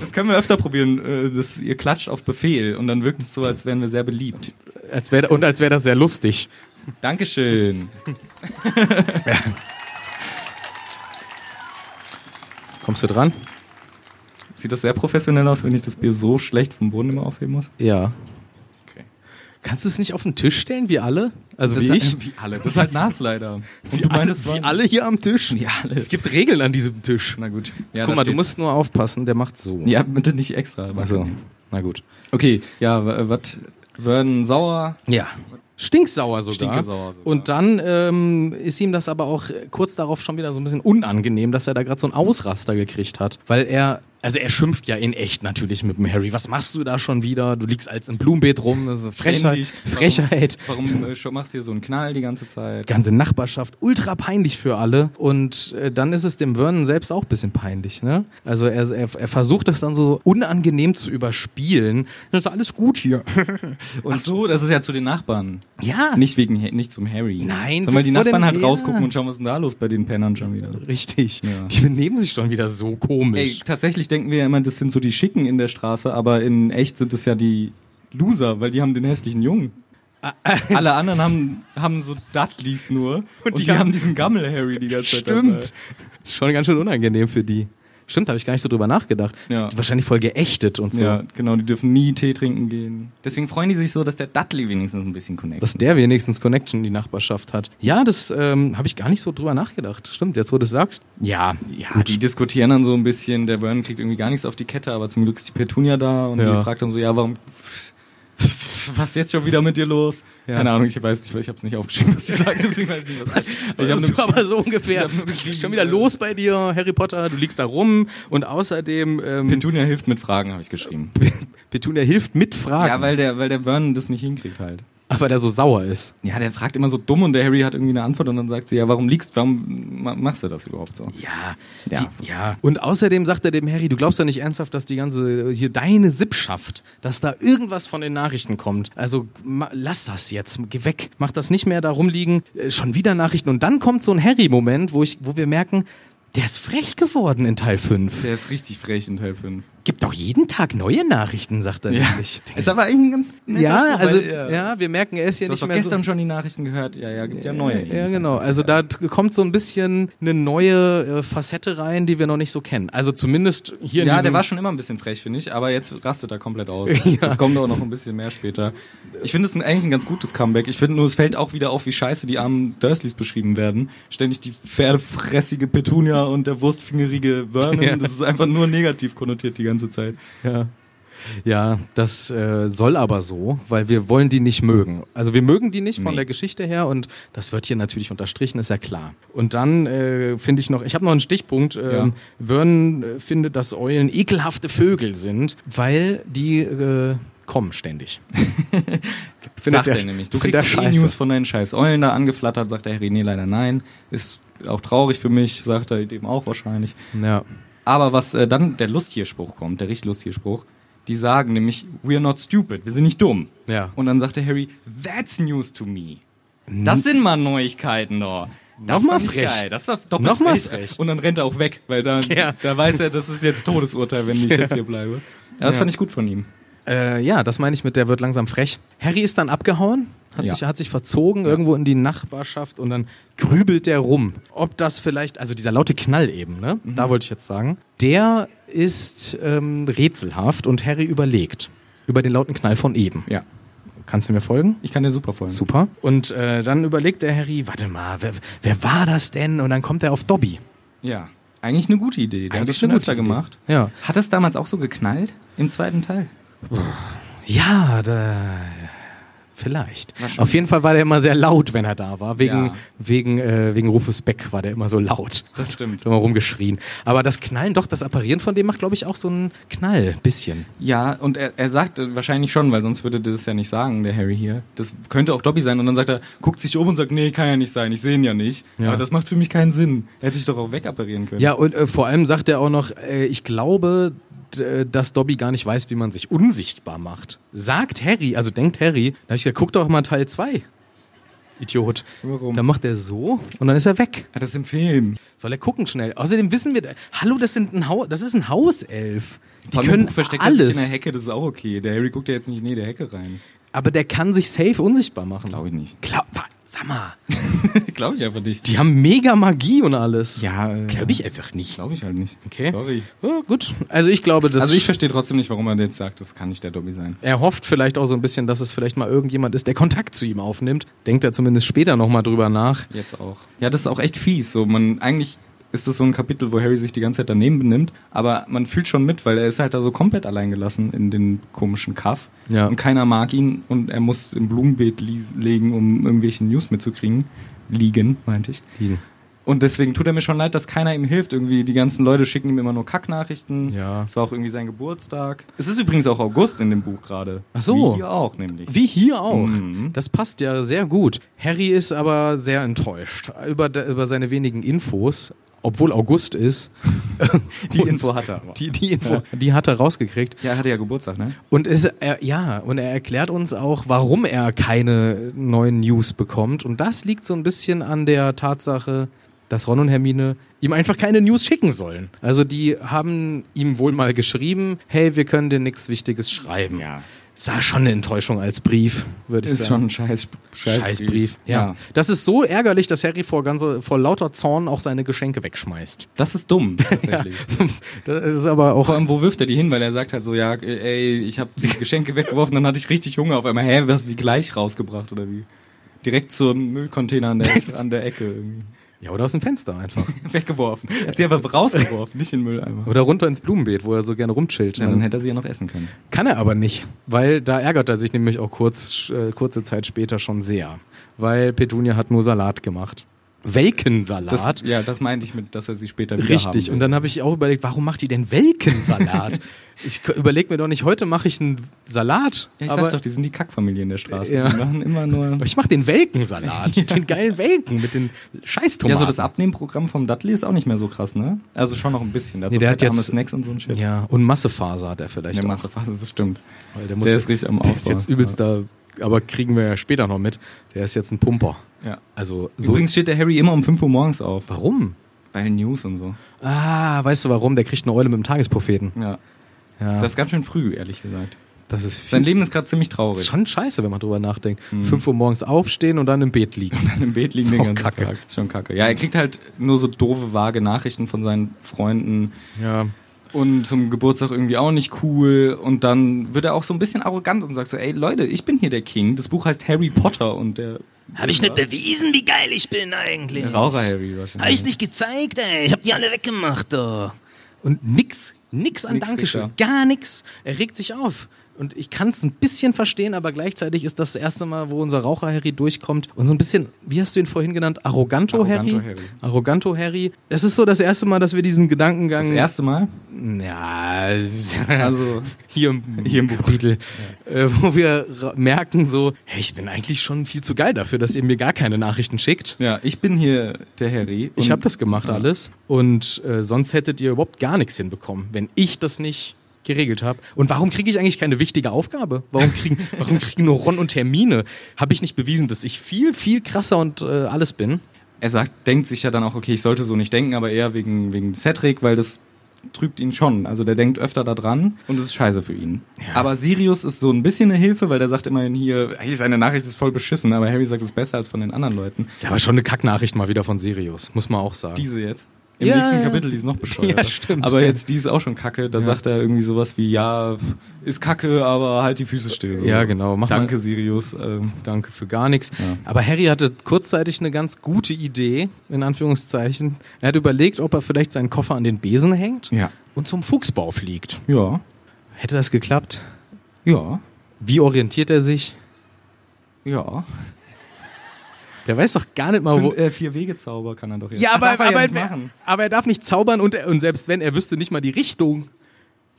D: Das können wir öfter probieren. äh, Das, ihr klatscht auf Befehl und dann wirkt es so, als wären wir sehr beliebt.
C: Als wär, und als wäre das sehr lustig.
D: Dankeschön.
C: Kommst du dran?
D: Sieht das sehr professionell aus, wenn ich das Bier so schlecht vom Boden immer aufheben muss?
C: Ja.
D: Okay.
C: Kannst du es nicht auf den Tisch stellen, wie alle? Also
D: Das
C: wie
D: ist-
C: ich?
D: Wie alle. Das ist halt Nasleider. Und
C: Wie alle, wie
D: Ron-
C: alle hier am Tisch.
D: Wie alle.
C: Es gibt Regeln an diesem Tisch.
D: Na gut. Ja, da
C: Guck mal, du
D: steht's.
C: musst nur aufpassen, der macht so.
D: Ja, bitte nicht extra. mach
C: Also,
D: den jetzt.
C: na gut.
D: Okay, ja, w- äh, was? Vernon sauer.
C: Ja. Stinksauer sogar.
D: Stinkesauer sogar.
C: Und dann ähm, ist ihm das aber auch äh, kurz darauf schon wieder so ein bisschen unangenehm, dass er da gerade so einen Ausraster gekriegt hat. Weil er, also er schimpft ja in echt natürlich mit dem Harry. Was machst du da schon wieder? Du liegst als im Blumenbeet rum. Das ist Frechheit.
D: Ständig. Warum-
C: Frechheit.
D: Warum äh, schon machst du hier so einen Knall die ganze Zeit?
C: ganze Nachbarschaft ultra peinlich für alle und äh, dann ist es dem Vernon selbst auch ein bisschen peinlich, ne? Also er, er, er versucht das dann so unangenehm zu überspielen. Das ist alles gut hier.
D: Und so, das ist ja zu den Nachbarn.
C: ja,
D: Nicht wegen, Ha- nicht zum Harry.
C: Nein,
D: Sollen wir die
C: vor den-
D: Nachbarn halt
C: ja.
D: rausgucken und schauen, was ist denn da los bei den Pennern schon wieder?
C: richtig.
D: Ja.
C: Die benehmen sich schon wieder so
D: Ey,
C: komisch.
D: tatsächlich denken wir ja immer, das sind so die Schicken in der Straße, aber in echt sind das ja die Loser, weil die haben den hässlichen Jungen. Alle anderen haben, haben so Dudleys nur und,
C: die
D: die, haben diesen Gammel-Harry die ganze Zeit.
C: Stimmt. Ist schon ganz schön unangenehm für die. Stimmt, habe ich gar nicht so drüber nachgedacht.
D: Ja.
C: Wahrscheinlich voll geächtet und so.
D: Dabei. Ja, genau, die dürfen nie Tee trinken gehen. Deswegen freuen die sich so, dass der Dudley wenigstens ein bisschen connected
C: Dass der wenigstens Connection in die Nachbarschaft hat. Ja, das ähm, habe ich gar nicht so drüber nachgedacht. Stimmt, jetzt wo du es sagst. Ja, ja,
D: Die diskutieren dann so ein bisschen, der Vernon kriegt irgendwie gar nichts auf die Kette, aber zum Glück ist die Petunia da und
C: Ja.
D: die fragt dann so, ja, warum, was ist jetzt schon wieder mit dir los? Keine Ahnung, ich weiß nicht, weil ich habe es nicht aufgeschrieben, was sie sagen, deswegen weiß ich nicht,
C: Also,
D: was ich hab
C: so,
D: nämlich-
C: aber so ungefähr.
D: Ich hab nur
C: Es ist
D: gesehen,
C: schon wieder
D: äh,
C: los bei dir, Harry Potter. Du liegst da rum und außerdem ähm,
D: Petunia hilft mit Fragen, habe ich geschrieben.
C: Petunia hilft mit Fragen,
D: Ja, weil der, weil der Vernon das nicht hinkriegt halt.
C: aber der so sauer ist.
D: Ja, der fragt immer so dumm und der Harry hat irgendwie eine Antwort und dann sagt sie, ja, warum liegst, warum ma- machst du das überhaupt so?
C: Ja,
D: Ja.
C: Die, ja. Und außerdem sagt er dem Harry, du glaubst doch nicht ernsthaft, dass die ganze hier deine Sippschaft, dass da irgendwas von den Nachrichten kommt. Also ma, lass das jetzt, geh weg, mach das nicht mehr da rumliegen. Äh, schon wieder Nachrichten und dann kommt so ein Harry-Moment, wo ich, wo wir merken, der ist frech geworden in Teil 5.
D: Der ist richtig frech in Teil 5.
C: Gibt doch jeden Tag neue Nachrichten, sagt er
D: Ja.
C: nämlich.
D: Ist aber eigentlich ein ganz netter
C: Ja,
D: Spruch,
C: also
D: weil,
C: ja. wir merken, er ist hier
D: Du hast
C: nicht
D: doch
C: mehr
D: gestern schon die Nachrichten gehört. Ja, ja, gibt ja
C: so.
D: neue.
C: Ja, genau. Also da t- kommt so ein bisschen eine neue äh, Facette rein, die wir noch nicht so kennen. Also zumindest hier
D: Ja,
C: in diesem
D: der war schon immer ein bisschen frech, finde ich, aber jetzt rastet er komplett aus. Das kommt auch noch ein bisschen mehr später. Ich finde es ein- eigentlich ein ganz gutes Comeback. Ich finde nur, es fällt auch wieder auf, wie scheiße die armen Dursleys beschrieben werden. Ständig die pferdefressige Petunia und der wurstfingerige Vernon. Das ist einfach nur negativ konnotiert die ganze Zeit.
C: ja. ja, das äh, soll aber so, weil wir wollen die nicht mögen. Also wir mögen die nicht von
D: Nee.
C: der Geschichte her und das wird hier natürlich unterstrichen, ist ja klar. Und dann äh, finde ich noch, ich habe noch einen Stichpunkt. Ähm, Vernon äh, findet, dass Eulen ekelhafte Vögel sind, weil die äh, kommen ständig.
D: Sagt er nämlich. Du kriegst doch eh News von deinen scheiß Eulen da angeflattert, sagt der Harry, nee, leider nein. Ist auch traurig für mich, sagt er eben auch wahrscheinlich.
C: Ja.
D: Aber was äh, dann der lustige Spruch kommt, der richtig lustige Spruch, die sagen nämlich, we're not stupid, wir sind nicht dumm.
C: Ja.
D: Und dann sagt der Harry, that's news to me. Das sind mal Neuigkeiten da. Das
C: Nochmal
D: fand ich
C: frech.
D: Geil. Das war doppelt
C: Nochmal frech.
D: Und dann rennt er auch weg, weil da,
C: Ja.
D: da weiß er, das ist jetzt Todesurteil, wenn ich jetzt hier bleibe. Ja, das fand ich gut von ihm.
C: Äh, ja, das meine ich mit, der wird langsam frech. Harry ist dann abgehauen
A: Hat,
D: Ja.
A: sich,
C: Er hat sich verzogen irgendwo in die Nachbarschaft und dann grübelt der rum. Ob das vielleicht, also dieser laute Knall eben, ne?
D: Mhm.
C: Da wollte ich jetzt sagen. Der ist ähm, rätselhaft und Harry überlegt über den lauten Knall von eben.
D: Ja.
C: Kannst du mir folgen?
D: Ich kann dir super folgen.
C: Super. Und äh, dann überlegt der Harry, warte mal, wer, wer war das denn? Und dann kommt er auf Dobby.
D: Ja. Eigentlich eine gute Idee. Der hat
C: Eigentlich
D: das schon
C: eine
D: öfter
C: gute Idee.
D: gemacht.
C: Ja.
D: Hat das damals auch so geknallt? Im zweiten Teil?
C: Ja, da, vielleicht. Auf jeden Fall war der immer sehr laut, wenn er da war. Wegen,
D: Ja.
C: wegen, äh, wegen Rufus Beck war der immer so laut.
D: Das stimmt.
C: Hat Immer rumgeschrien. Aber das Knallen, doch, das Apparieren von dem macht, glaube ich, auch so einen Knall. Bisschen.
D: Ja, und er, er sagt äh, wahrscheinlich schon, weil sonst würde der das ja nicht sagen, der Harry hier. Das könnte auch Dobby sein. Und dann sagt er, guckt sich um und sagt, nee, kann ja nicht sein, ich sehe ihn ja nicht. Aber das macht für mich keinen Sinn. Er hätte sich doch auch wegapparieren können.
C: Ja, und äh, vor allem sagt er auch noch, äh, ich glaube, d- äh, dass Dobby gar nicht weiß, wie man sich unsichtbar macht. Sagt Harry, also denkt Harry, da hab ich gesagt, guck doch mal Teil 2. Idiot.
D: Warum?
C: Dann macht er so und dann ist er weg.
D: Ah, Das ist im Film.
C: Soll er gucken schnell. Außerdem wissen wir, hallo, das, sind ein Hau das ist ein Hauself. Die
D: Vor allem
C: können
D: Buch versteckt er sich in der
C: alles.
D: Hecke, das ist auch okay. Der Harry guckt ja jetzt nicht in jede Hecke rein.
C: Aber der kann sich safe unsichtbar machen.
D: Glaube ich nicht.
C: Klar, wa- sag mal,
D: Glaube ich einfach nicht.
C: die haben mega Magie und alles.
D: Ja, äh,
C: Glaube ich einfach nicht.
D: Glaube ich halt nicht.
C: Okay.
D: Sorry.
C: Ja, gut, also ich glaube, das
D: Also ich verstehe trotzdem nicht, warum er jetzt sagt, das kann nicht der Dobby sein.
C: Er hofft vielleicht auch so ein bisschen, dass es vielleicht mal irgendjemand ist, der Kontakt zu ihm aufnimmt. Denkt er zumindest später nochmal drüber nach.
D: Jetzt auch. Ja, das ist auch echt fies. So, man, eigentlich ist das so ein Kapitel, wo Harry sich die ganze Zeit daneben benimmt, aber man fühlt schon mit, weil er ist halt da so komplett allein gelassen in den komischen Kaff.
C: Ja.
D: Und keiner mag ihn und er muss im Blumenbeet lies- legen, um irgendwelche News mitzukriegen. Liegen, meinte ich.
C: Liegen.
D: Und deswegen tut er mir schon leid, dass keiner ihm hilft. Irgendwie die ganzen Leute schicken ihm immer nur Kacknachrichten.
C: Ja.
D: Es war auch irgendwie sein Geburtstag. Es ist übrigens auch August in dem Buch gerade.
C: Ach so.
D: Wie hier auch nämlich.
C: Wie hier auch.
D: Mhm.
C: Das passt ja sehr gut. Harry ist aber sehr enttäuscht über, de- über seine wenigen Infos, obwohl August ist.
D: Die Info hat er. aber.
C: Die, die Info, die hat er rausgekriegt.
D: Ja, er hatte ja Geburtstag, ne?
C: Und ist er, ja, und er erklärt uns auch, warum er keine neuen News bekommt. Und das liegt so ein bisschen an der Tatsache, dass Ron und Hermine ihm einfach keine News schicken sollen. Also die haben ihm wohl mal geschrieben, hey, wir können dir nichts Wichtiges schreiben.
D: Ja.
C: Ist ja schon eine Enttäuschung als Brief, würde ich
D: Ist
C: sagen.
D: schon ein scheiß, scheiß
C: Scheißbrief. Ja.
D: Ja.
C: Das ist so ärgerlich, dass Harry vor, ganze, vor lauter Zorn auch seine Geschenke wegschmeißt.
D: Das ist dumm, tatsächlich.
C: Das ist aber auch
D: Vor allem, wo wirft er die hin? Weil er sagt halt so, ja, ey, ich habe die Geschenke weggeworfen, dann hatte ich richtig Hunger. Auf einmal, hä, hast du die gleich rausgebracht oder wie? Direkt zum Müllcontainer an der, an der Ecke irgendwie.
C: ja, oder aus dem Fenster einfach.
D: Weggeworfen. Er hat sie einfach rausgeworfen, nicht in den Mülleimer.
C: Oder runter ins Blumenbeet, wo er so gerne rumchillt.
D: Ja, dann hätte er sie ja noch essen können.
C: Kann er aber nicht, weil da ärgert er sich nämlich auch kurz, äh, kurze Zeit später schon sehr, weil Petunia hat nur Salat gemacht.
D: Das,
C: Welkensalat?
D: ja, das meinte ich mit, dass er sie später wieder
C: Richtig.
D: haben
C: Und
D: will.
C: dann habe ich auch überlegt, warum macht die denn Welkensalat? ich überlege mir doch nicht, heute mache ich einen Salat,
D: Ja, ich
C: aber
D: sag doch, die sind die Kackfamilie in der Straße.
C: Ja.
D: Die machen immer nur...
C: ich mache den Welkensalat, den geilen Welken mit den Scheißtomaten.
D: Ja, so das Abnehmprogramm vom Dudley ist auch nicht mehr so krass, ne? Also schon noch ein bisschen. Da hat
C: Nee,
D: so
C: der hat
D: fettarme
C: jetzt-
D: Snacks und so ein Shit.
C: Ja, und Massefaser hat er vielleicht
D: Der
C: auch.
D: Masterphase, das stimmt.
C: Weil der, muss,
D: Der ist richtig am
C: der ist
D: Aufbau.
C: jetzt übelster, aber kriegen wir ja später noch mit. Der ist jetzt ein Pumper.
D: Ja.
C: Also so
D: Übrigens steht der Harry immer um 5 Uhr morgens auf.
C: Warum?
D: Bei den News und so.
C: Ah, weißt du warum? Der kriegt eine Eule mit dem Tagespropheten.
D: Ja.
C: Ja,
D: Das ist ganz schön früh, ehrlich gesagt.
C: das ist
D: Sein
C: fies.
D: Leben ist gerade ziemlich
C: Das ist
D: traurig. Mhm.
C: schon scheiße, wenn man drüber nachdenkt. Fünf Uhr morgens aufstehen und dann im Bett liegen.
D: Dann im Bett liegen
C: Ist
D: den
C: auch
D: ganzen
C: kacke.
D: Tag. Ist schon kacke. Ja, er kriegt halt nur so doofe, vage Nachrichten von seinen Freunden
C: Ja.
D: und zum Geburtstag irgendwie auch nicht cool. Und dann wird er auch so ein bisschen arrogant und sagt so, ey Leute, ich bin hier der King. Das Buch heißt Harry Potter und der...
F: Habe ich nicht bewiesen, wie geil ich bin eigentlich?
D: Raucher-Harry
F: Habe
D: wahrscheinlich.
F: ich nicht gezeigt, ey. Ich hab die alle weggemacht, oh.
C: Und nix, nix an
D: Nix
C: Dankeschön.
D: kriegt
C: Gar nix. Er regt sich auf. Und ich kann es ein bisschen verstehen, aber gleichzeitig ist das das erste Mal, wo unser Raucher-Harry durchkommt. Und so ein bisschen, wie hast du ihn vorhin genannt? Arroganto-Harry?
D: Arroganto-Harry.
C: Arroganto-Harry. Das ist so das erste Mal, dass wir diesen Gedankengang...
D: Das erste
F: Hm.
D: Mal?
C: Ja,
D: Also...
C: hier im, hier im Kapitel, äh, wo wir ra- merken so, hey, ich bin eigentlich schon viel zu geil dafür, dass ihr mir gar keine Nachrichten schickt.
D: Ja, ich bin hier der Harry.
C: Ich
D: und-
C: habe das gemacht
D: Ja.
C: alles und äh, sonst hättet ihr überhaupt gar nichts hinbekommen, wenn ich das nicht geregelt habe. Und warum kriege ich eigentlich keine wichtige Aufgabe? Warum kriegen, warum kriegen nur Ron und Termine? Habe ich nicht bewiesen, dass ich viel, viel krasser und äh, alles bin?
D: er sagt, denkt sich ja dann auch, okay, ich sollte so nicht denken, aber eher wegen, wegen Cedric, weil das trübt ihn schon. Also der denkt öfter da dran und es ist scheiße für ihn. Aber Sirius ist so ein bisschen eine Hilfe, weil der sagt immerhin hier, hey, seine Nachricht ist voll beschissen, aber Harry sagt es besser als von den anderen Leuten.
C: Ist aber schon eine Kacknachricht mal wieder von Sirius, muss man auch sagen.
D: Diese jetzt. Im
C: Ja,
D: nächsten
C: ja.
D: Kapitel, die ist noch bescheuert.
C: Ja, stimmt.
D: Aber jetzt, die ist auch schon kacke. Da sagt er irgendwie sowas wie, ja, pf, ist kacke, aber halt die Füße still. So.
C: Ja, genau. Mach
D: Danke,
C: mal-
D: Sirius. Ähm,
C: Danke für gar nichts. Aber Harry hatte kurzzeitig eine ganz gute Idee, in Anführungszeichen. Er hat überlegt, ob er vielleicht seinen Koffer an den Besen hängt
D: Ja.
C: und zum Fuchsbau fliegt.
D: ja,
C: Hätte das geklappt?
D: ja,
C: Wie orientiert er sich?
D: ja.
C: Der weiß doch gar nicht mal, wo.
D: Fünf, äh, vier Wege Zauber kann er doch jetzt.
C: Ja, aber,
D: Darf er
C: aber,
D: nicht
C: er-
D: machen.
C: aber er darf nicht zaubern und, er- und selbst wenn, er wüsste nicht mal die Richtung.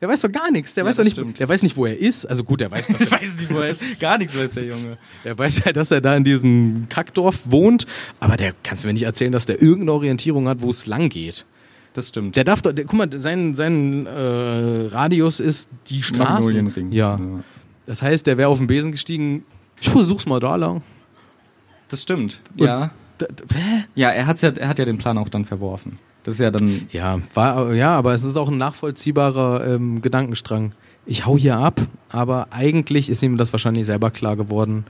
C: Der weiß doch gar nichts. Der, weiß doch
D: das
C: nicht,
D: stimmt.
C: der weiß nicht, wo er ist. Also gut, er weiß, dass er,
D: Weiß nicht, wo er ist. Gar nichts weiß der Junge.
C: er weiß ja, dass er da in diesem Kackdorf wohnt. Aber der kannst du mir nicht erzählen, dass der irgendeine Orientierung hat, wo es lang geht.
D: Das stimmt.
C: Der darf doch, der, guck mal, sein, sein äh, Radius ist die Straße.
D: Magnolienring.
C: Ja. Das heißt, der wäre auf den Besen gestiegen. Ich versuch's mal da lang.
D: Das stimmt.
C: Und-
D: ja.
C: Da, da, hä?
D: Ja, er, hat's ja, er hat ja den Plan auch dann verworfen. Das ist ja dann.
C: ja, war, ja, aber es ist auch ein nachvollziehbarer ähm, Gedankenstrang. Ich hau hier ab, aber eigentlich ist ihm das wahrscheinlich selber klar geworden.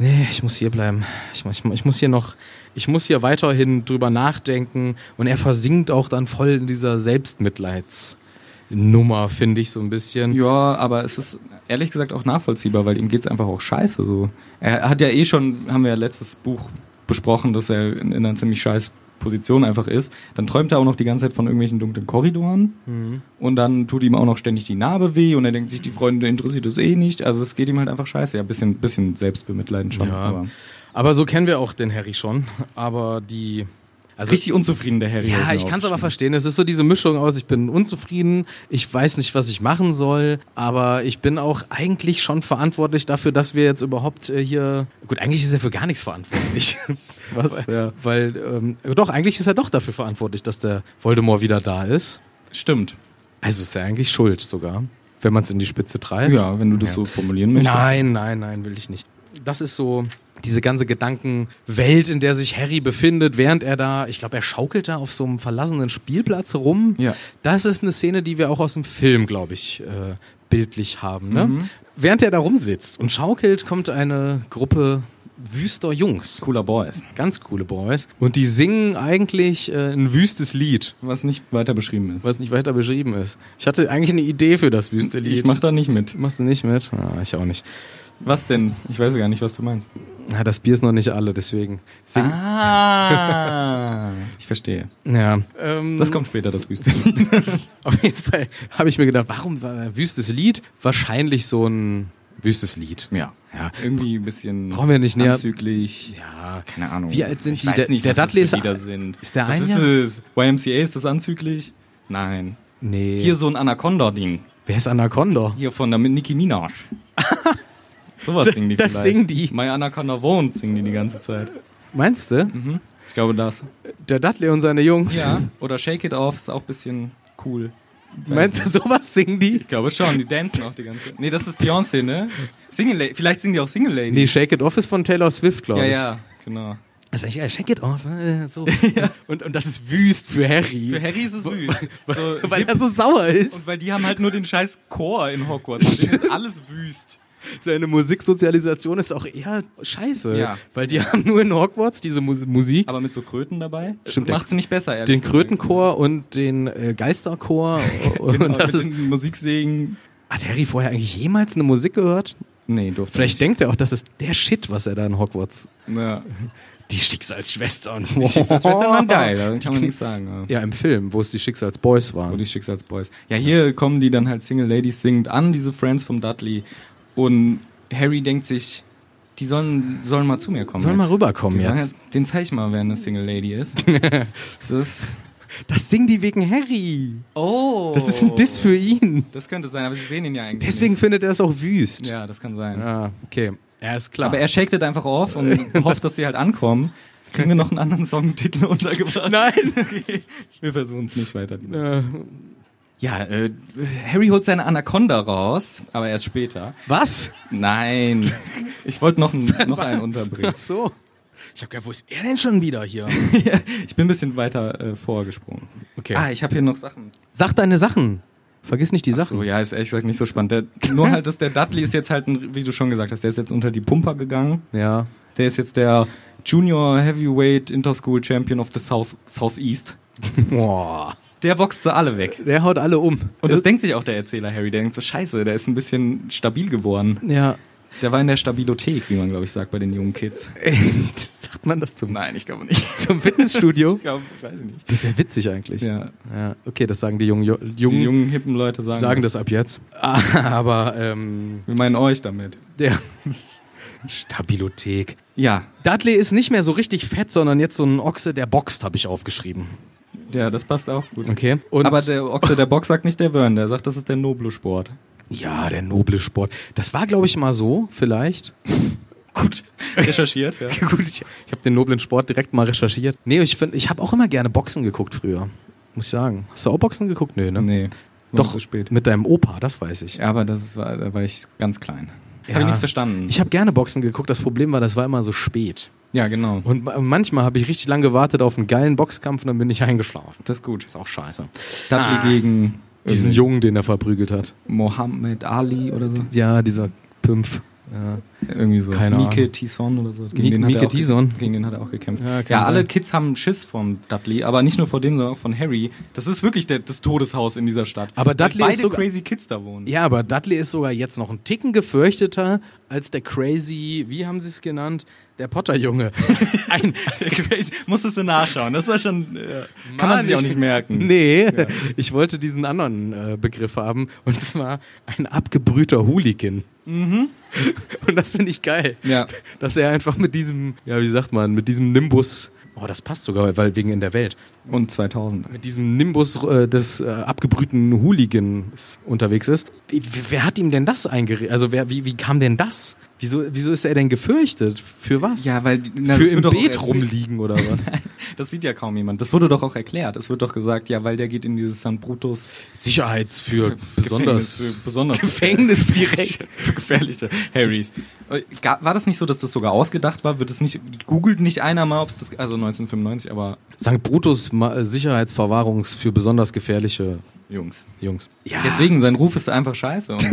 C: Nee, ich muss hier bleiben. Ich, mu- ich, mu- ich muss hier noch, ich muss hier weiterhin drüber nachdenken. Und er versinkt auch dann voll in dieser Selbstmitleidsnummer, finde ich so ein bisschen.
D: Ja, aber es ist ehrlich gesagt auch nachvollziehbar, weil ihm geht's einfach auch scheiße so. Er hat ja eh schon, haben wir ja letztes Buch besprochen, dass er in, in einer ziemlich scheiß Position einfach ist. Dann träumt er auch noch die ganze Zeit von irgendwelchen dunklen Korridoren. Und dann tut ihm auch noch ständig die Narbe weh und er denkt sich, die Freunde interessiert es eh nicht. Also es geht ihm halt einfach scheiße. Ja, bisschen, bisschen Selbstbemitleiden schon.
C: Ja.
D: Aber
C: Aber so kennen wir auch den Harry schon. Aber die. Also,
D: richtig unzufrieden der Harry.
C: ja,
D: heute
C: ich
D: auch
C: kann es aber
D: bestimmt.
C: verstehen. Es ist so diese Mischung aus, ich bin unzufrieden, ich weiß nicht, was ich machen soll, aber ich bin auch eigentlich schon verantwortlich dafür, dass wir jetzt überhaupt äh, hier. Gut, eigentlich ist er für gar nichts verantwortlich.
D: Was? Ja.
C: Weil, ähm, doch, eigentlich ist er doch dafür verantwortlich, dass der Voldemort wieder da ist.
D: Stimmt.
C: Also ist er eigentlich schuld sogar, wenn man es in die Spitze treibt.
D: Ja, wenn du das so formulieren möchtest.
C: Nein, nein, nein, will ich nicht. Das ist so diese ganze Gedankenwelt, in der sich Harry befindet, während er da, ich glaube, er schaukelt da auf so einem verlassenen Spielplatz rum.
D: Ja.
C: Das ist eine Szene, die wir auch aus dem Film, glaube ich, äh, bildlich haben. Ne?
D: Mhm.
C: Während er da rumsitzt und schaukelt, kommt eine Gruppe wüster Jungs,
D: Cooler Boys.
C: ganz coole Boys, und die singen eigentlich äh, ein wüstes Lied,
D: Was nicht weiter beschrieben ist.
C: was nicht weiter beschrieben ist. Ich hatte eigentlich eine Idee für das wüste Lied.
D: Ich mach da nicht mit.
C: Machst du nicht mit? Ah, ich auch nicht.
D: Was denn? Ich weiß gar nicht, was du meinst.
C: Ja, das Bier ist noch nicht alle, deswegen. Sing
D: Ah. Ich verstehe.
C: Ja. Ähm,
D: Das kommt später, das Wüste.
C: auf jeden Fall habe ich mir gedacht, warum war ein wüstes Lied? Wahrscheinlich so ein wüstes Lied. Ja. Ja.
D: Irgendwie ein bisschen
C: Brauchen wir nicht näher-
D: anzüglich.
C: Ja.
D: Keine Ahnung.
C: Wie alt sind
D: ich
C: die?
D: Weiß
C: Der-
D: nicht,
C: der
D: was das
C: Dudley
D: für
C: ist-
D: Lieder sind.
C: ist der
D: was
C: ein
D: ist
C: Jahr-
D: es? YMCA, ist das anzüglich? Nein.
C: Nee.
D: Hier so ein Anaconda-Ding.
C: Wer ist Anaconda?
D: Hier von der Nicki Minaj. Sowas singen die
C: das
D: vielleicht.
C: singen die.
D: My Anaconda wohnt, singen die die ganze Zeit.
C: Meinst du?
D: Ich glaube das.
C: Der Dudley und seine Jungs.
D: Mhm. Ja. Oder Shake It Off ist auch ein bisschen cool.
C: Meinst du, sowas singen die?
D: Ich glaube schon, die tanzen auch die ganze Zeit. Nee, das ist Beyoncé, ne? Single Lady. Vielleicht singen die auch Single Lady.
C: Nee, Shake It Off ist von Taylor Swift, glaube
D: ja,
C: ich.
D: ja, genau.
C: Das ist eigentlich, äh, Shake It Off. äh, So. und, und das ist wüst für Harry.
D: Für Harry ist es wüst. So,
C: weil er so sauer
D: und
C: ist.
D: weil die haben halt nur den scheiß Chor in Hogwarts. Denen ist alles wüst.
C: Seine Musiksozialisation ist auch eher scheiße.
D: Ja.
C: Weil die haben nur in Hogwarts diese Mus Musik.
D: Aber mit so Kröten dabei
C: Stimmt,
D: macht's nicht besser, ehrlich
C: den
D: gesagt.
C: Krötenchor und den äh, Geisterchor.
D: Genau,
C: und das
D: mit
C: ist,
D: den Musiksegen.
C: hat Harry vorher eigentlich jemals eine Musik gehört?
D: Nee, durfte
C: Vielleicht denkt er auch, das ist der Shit, was er da in Hogwarts.
D: nicht. Ja.
C: Die Schicksalsschwestern.
D: Schicksalsschwestern waren geil, da kann man nichts sagen. Ja.
C: Ja, im Film, wo es die Schicksalsboys
D: Wo
C: waren.
D: die Schicksalsboys. Ja, hier kommen die dann halt Single Ladies singend an, diese Friends vom Dudley. Und Harry denkt sich, die sollen, sollen mal zu mir kommen.
C: Sollen
D: jetzt.
C: mal rüberkommen
D: Die sollen
C: jetzt.
D: jetzt. Den zeig ich mal, wer eine Single Lady ist. das,
C: Das singen die wegen Harry.
D: oh.
C: Das ist ein Diss für ihn.
D: Das könnte sein, aber sie sehen ihn ja eigentlich.
C: Deswegen findet er es auch wüst.
D: Nicht. Ja, das kann sein.
C: Ah, okay. Ja, ist klar.
D: Aber er shaket einfach auf und hofft, dass sie halt ankommen. Kriegen wir noch einen anderen Songtitel untergebracht? Nein! Okay. Wir versuchen es nicht weiter.
C: Äh,
D: Ja, äh, Harry holt seine Anaconda raus, aber erst später.
C: was?
D: Nein. Ich wollte noch, einen- noch einen unterbringen.
C: Ach so. Ich hab gedacht, wo ist er denn schon wieder hier?
D: Ich bin ein bisschen weiter äh, vorgesprungen.
C: Okay.
D: Ah, ich habe hier noch Sachen.
C: Sag deine Sachen. Vergiss nicht die Sachen.
D: So, ja, ist ehrlich gesagt nicht so spannend. Der, nur halt, dass der Dudley ist jetzt halt, ein, wie du schon gesagt hast, der ist jetzt unter die Pumper gegangen.
C: Ja.
D: Der ist jetzt der Junior Heavyweight Interschool Champion of the South, Southeast.
C: Boah.
D: Der boxt sie alle weg.
C: Der haut alle um.
D: Und das denkt sich auch der Erzähler Harry. Der denkt so, scheiße, der ist ein bisschen stabil geworden.
C: ja.
D: Der war in der Stabilothek, wie man, glaube ich, sagt bei den jungen Kids.
C: Sagt man das zum,
D: Nein, ich glaube nicht.
C: zum Fitnessstudio?
D: Ich glaube, ich weiß nicht.
C: Das wäre witzig eigentlich.
D: Ja,
C: Ja, okay, das sagen die jungen, Jo-
D: die
C: jungen
D: jungen, hippen Leute sagen,
C: sagen das ab jetzt. Aber ähm,
D: wir meinen euch damit.
C: der Stabilothek.
D: Ja,
C: Dudley ist nicht mehr so richtig fett, sondern jetzt so ein Ochse, der boxt, habe ich aufgeschrieben.
D: ja, das passt auch gut.
C: Okay. Und
D: Aber der Ochse, der Box sagt nicht der Wern, der sagt, das ist der noble Sport.
C: ja, der noble Sport. Das war, glaube ich, mal so, vielleicht.
D: Gut, recherchiert, ja.
C: Gut, ich, ich habe den noblen Sport direkt mal recherchiert. Nee, ich, find- ich habe auch immer gerne Boxen geguckt früher. Muss ich sagen. Hast du auch Boxen geguckt? Nö, ne?
D: Nee,
C: Doch,
D: zu spät.
C: mit deinem Opa, das weiß ich.
D: Ja, aber das war, da war ich ganz klein.
C: Ja.
D: Habe ich nichts verstanden.
C: Ich habe gerne Boxen geguckt, das Problem war, das war immer so spät.
D: ja, genau.
C: Und ma- manchmal habe ich richtig lange gewartet auf einen geilen Boxkampf und dann bin ich eingeschlafen.
D: Das ist gut.
C: Ist auch scheiße.
D: Dudley gegen
C: Diesen
D: irgendwie
C: Jungen, den er verprügelt hat.
D: Mohammed Ali oder so.
C: Ja, dieser Pimpf. Ja.
D: Irgendwie so.
C: Keine Ahnung.
D: Mike Tison oder so. Gegen
C: Mi-
D: hat er
C: Mike
D: auch ge-
C: Tyson.
D: Gegen den hat er auch gekämpft.
C: Ja,
D: Ja,
C: kann
D: alle
C: sein.
D: Kids haben Schiss von Dudley, aber nicht nur vor dem, sondern auch von Harry. Das ist wirklich der, das Todeshaus in dieser Stadt.
C: Aber
D: Weil
C: Dudley
D: beide
C: ist sogar-
D: crazy Kids da wohnen.
C: ja, aber Dudley ist sogar jetzt noch ein Ticken gefürchteter als der Crazy, wie haben sie es genannt? Der Potter-Junge. ein,
D: crazy. Musstest du nachschauen. Das war schon. Äh, kann man sich auch
C: ich-
D: nicht merken.
C: Nee, ich wollte diesen anderen äh, Begriff haben und zwar ein abgebrühter Hooligan. Und das finde ich geil.
D: Mhm. Ja.
C: Dass er einfach mit diesem, ja, wie sagt man, mit diesem Nimbus, oh, das passt sogar, weil wegen in der Welt,
D: Und 2000.
C: mit diesem Nimbus äh, des äh, abgebrühten Hooligans unterwegs ist. Wie, wer hat ihm denn das eingerichtet? Also, wer, wie, wie kam denn das? Wieso, wieso ist er denn gefürchtet? Für was?
D: Ja, weil die- na,
C: Für
D: das
C: im
D: wird doch auch
C: Beet
D: erzählt.
C: rumliegen oder was?
D: Das sieht ja kaum jemand. Das wurde doch auch erklärt. Es wird doch gesagt, ja, weil der geht in dieses San Brutus
C: Sicherheits für besonders.
D: Gefängnis, äh, besonders
C: Gefängnis direkt.
D: für gefährliche Harrys. Äh, ga- War das nicht so, dass das sogar ausgedacht war? Wird es nicht googelt nicht einer mal, ob es das also 1995, aber
C: St. Brutus Ma- äh, Sicherheitsverwahrungs für besonders gefährliche
D: Jungs.
C: Jungs. Ja.
D: Deswegen sein Ruf ist einfach scheiße und,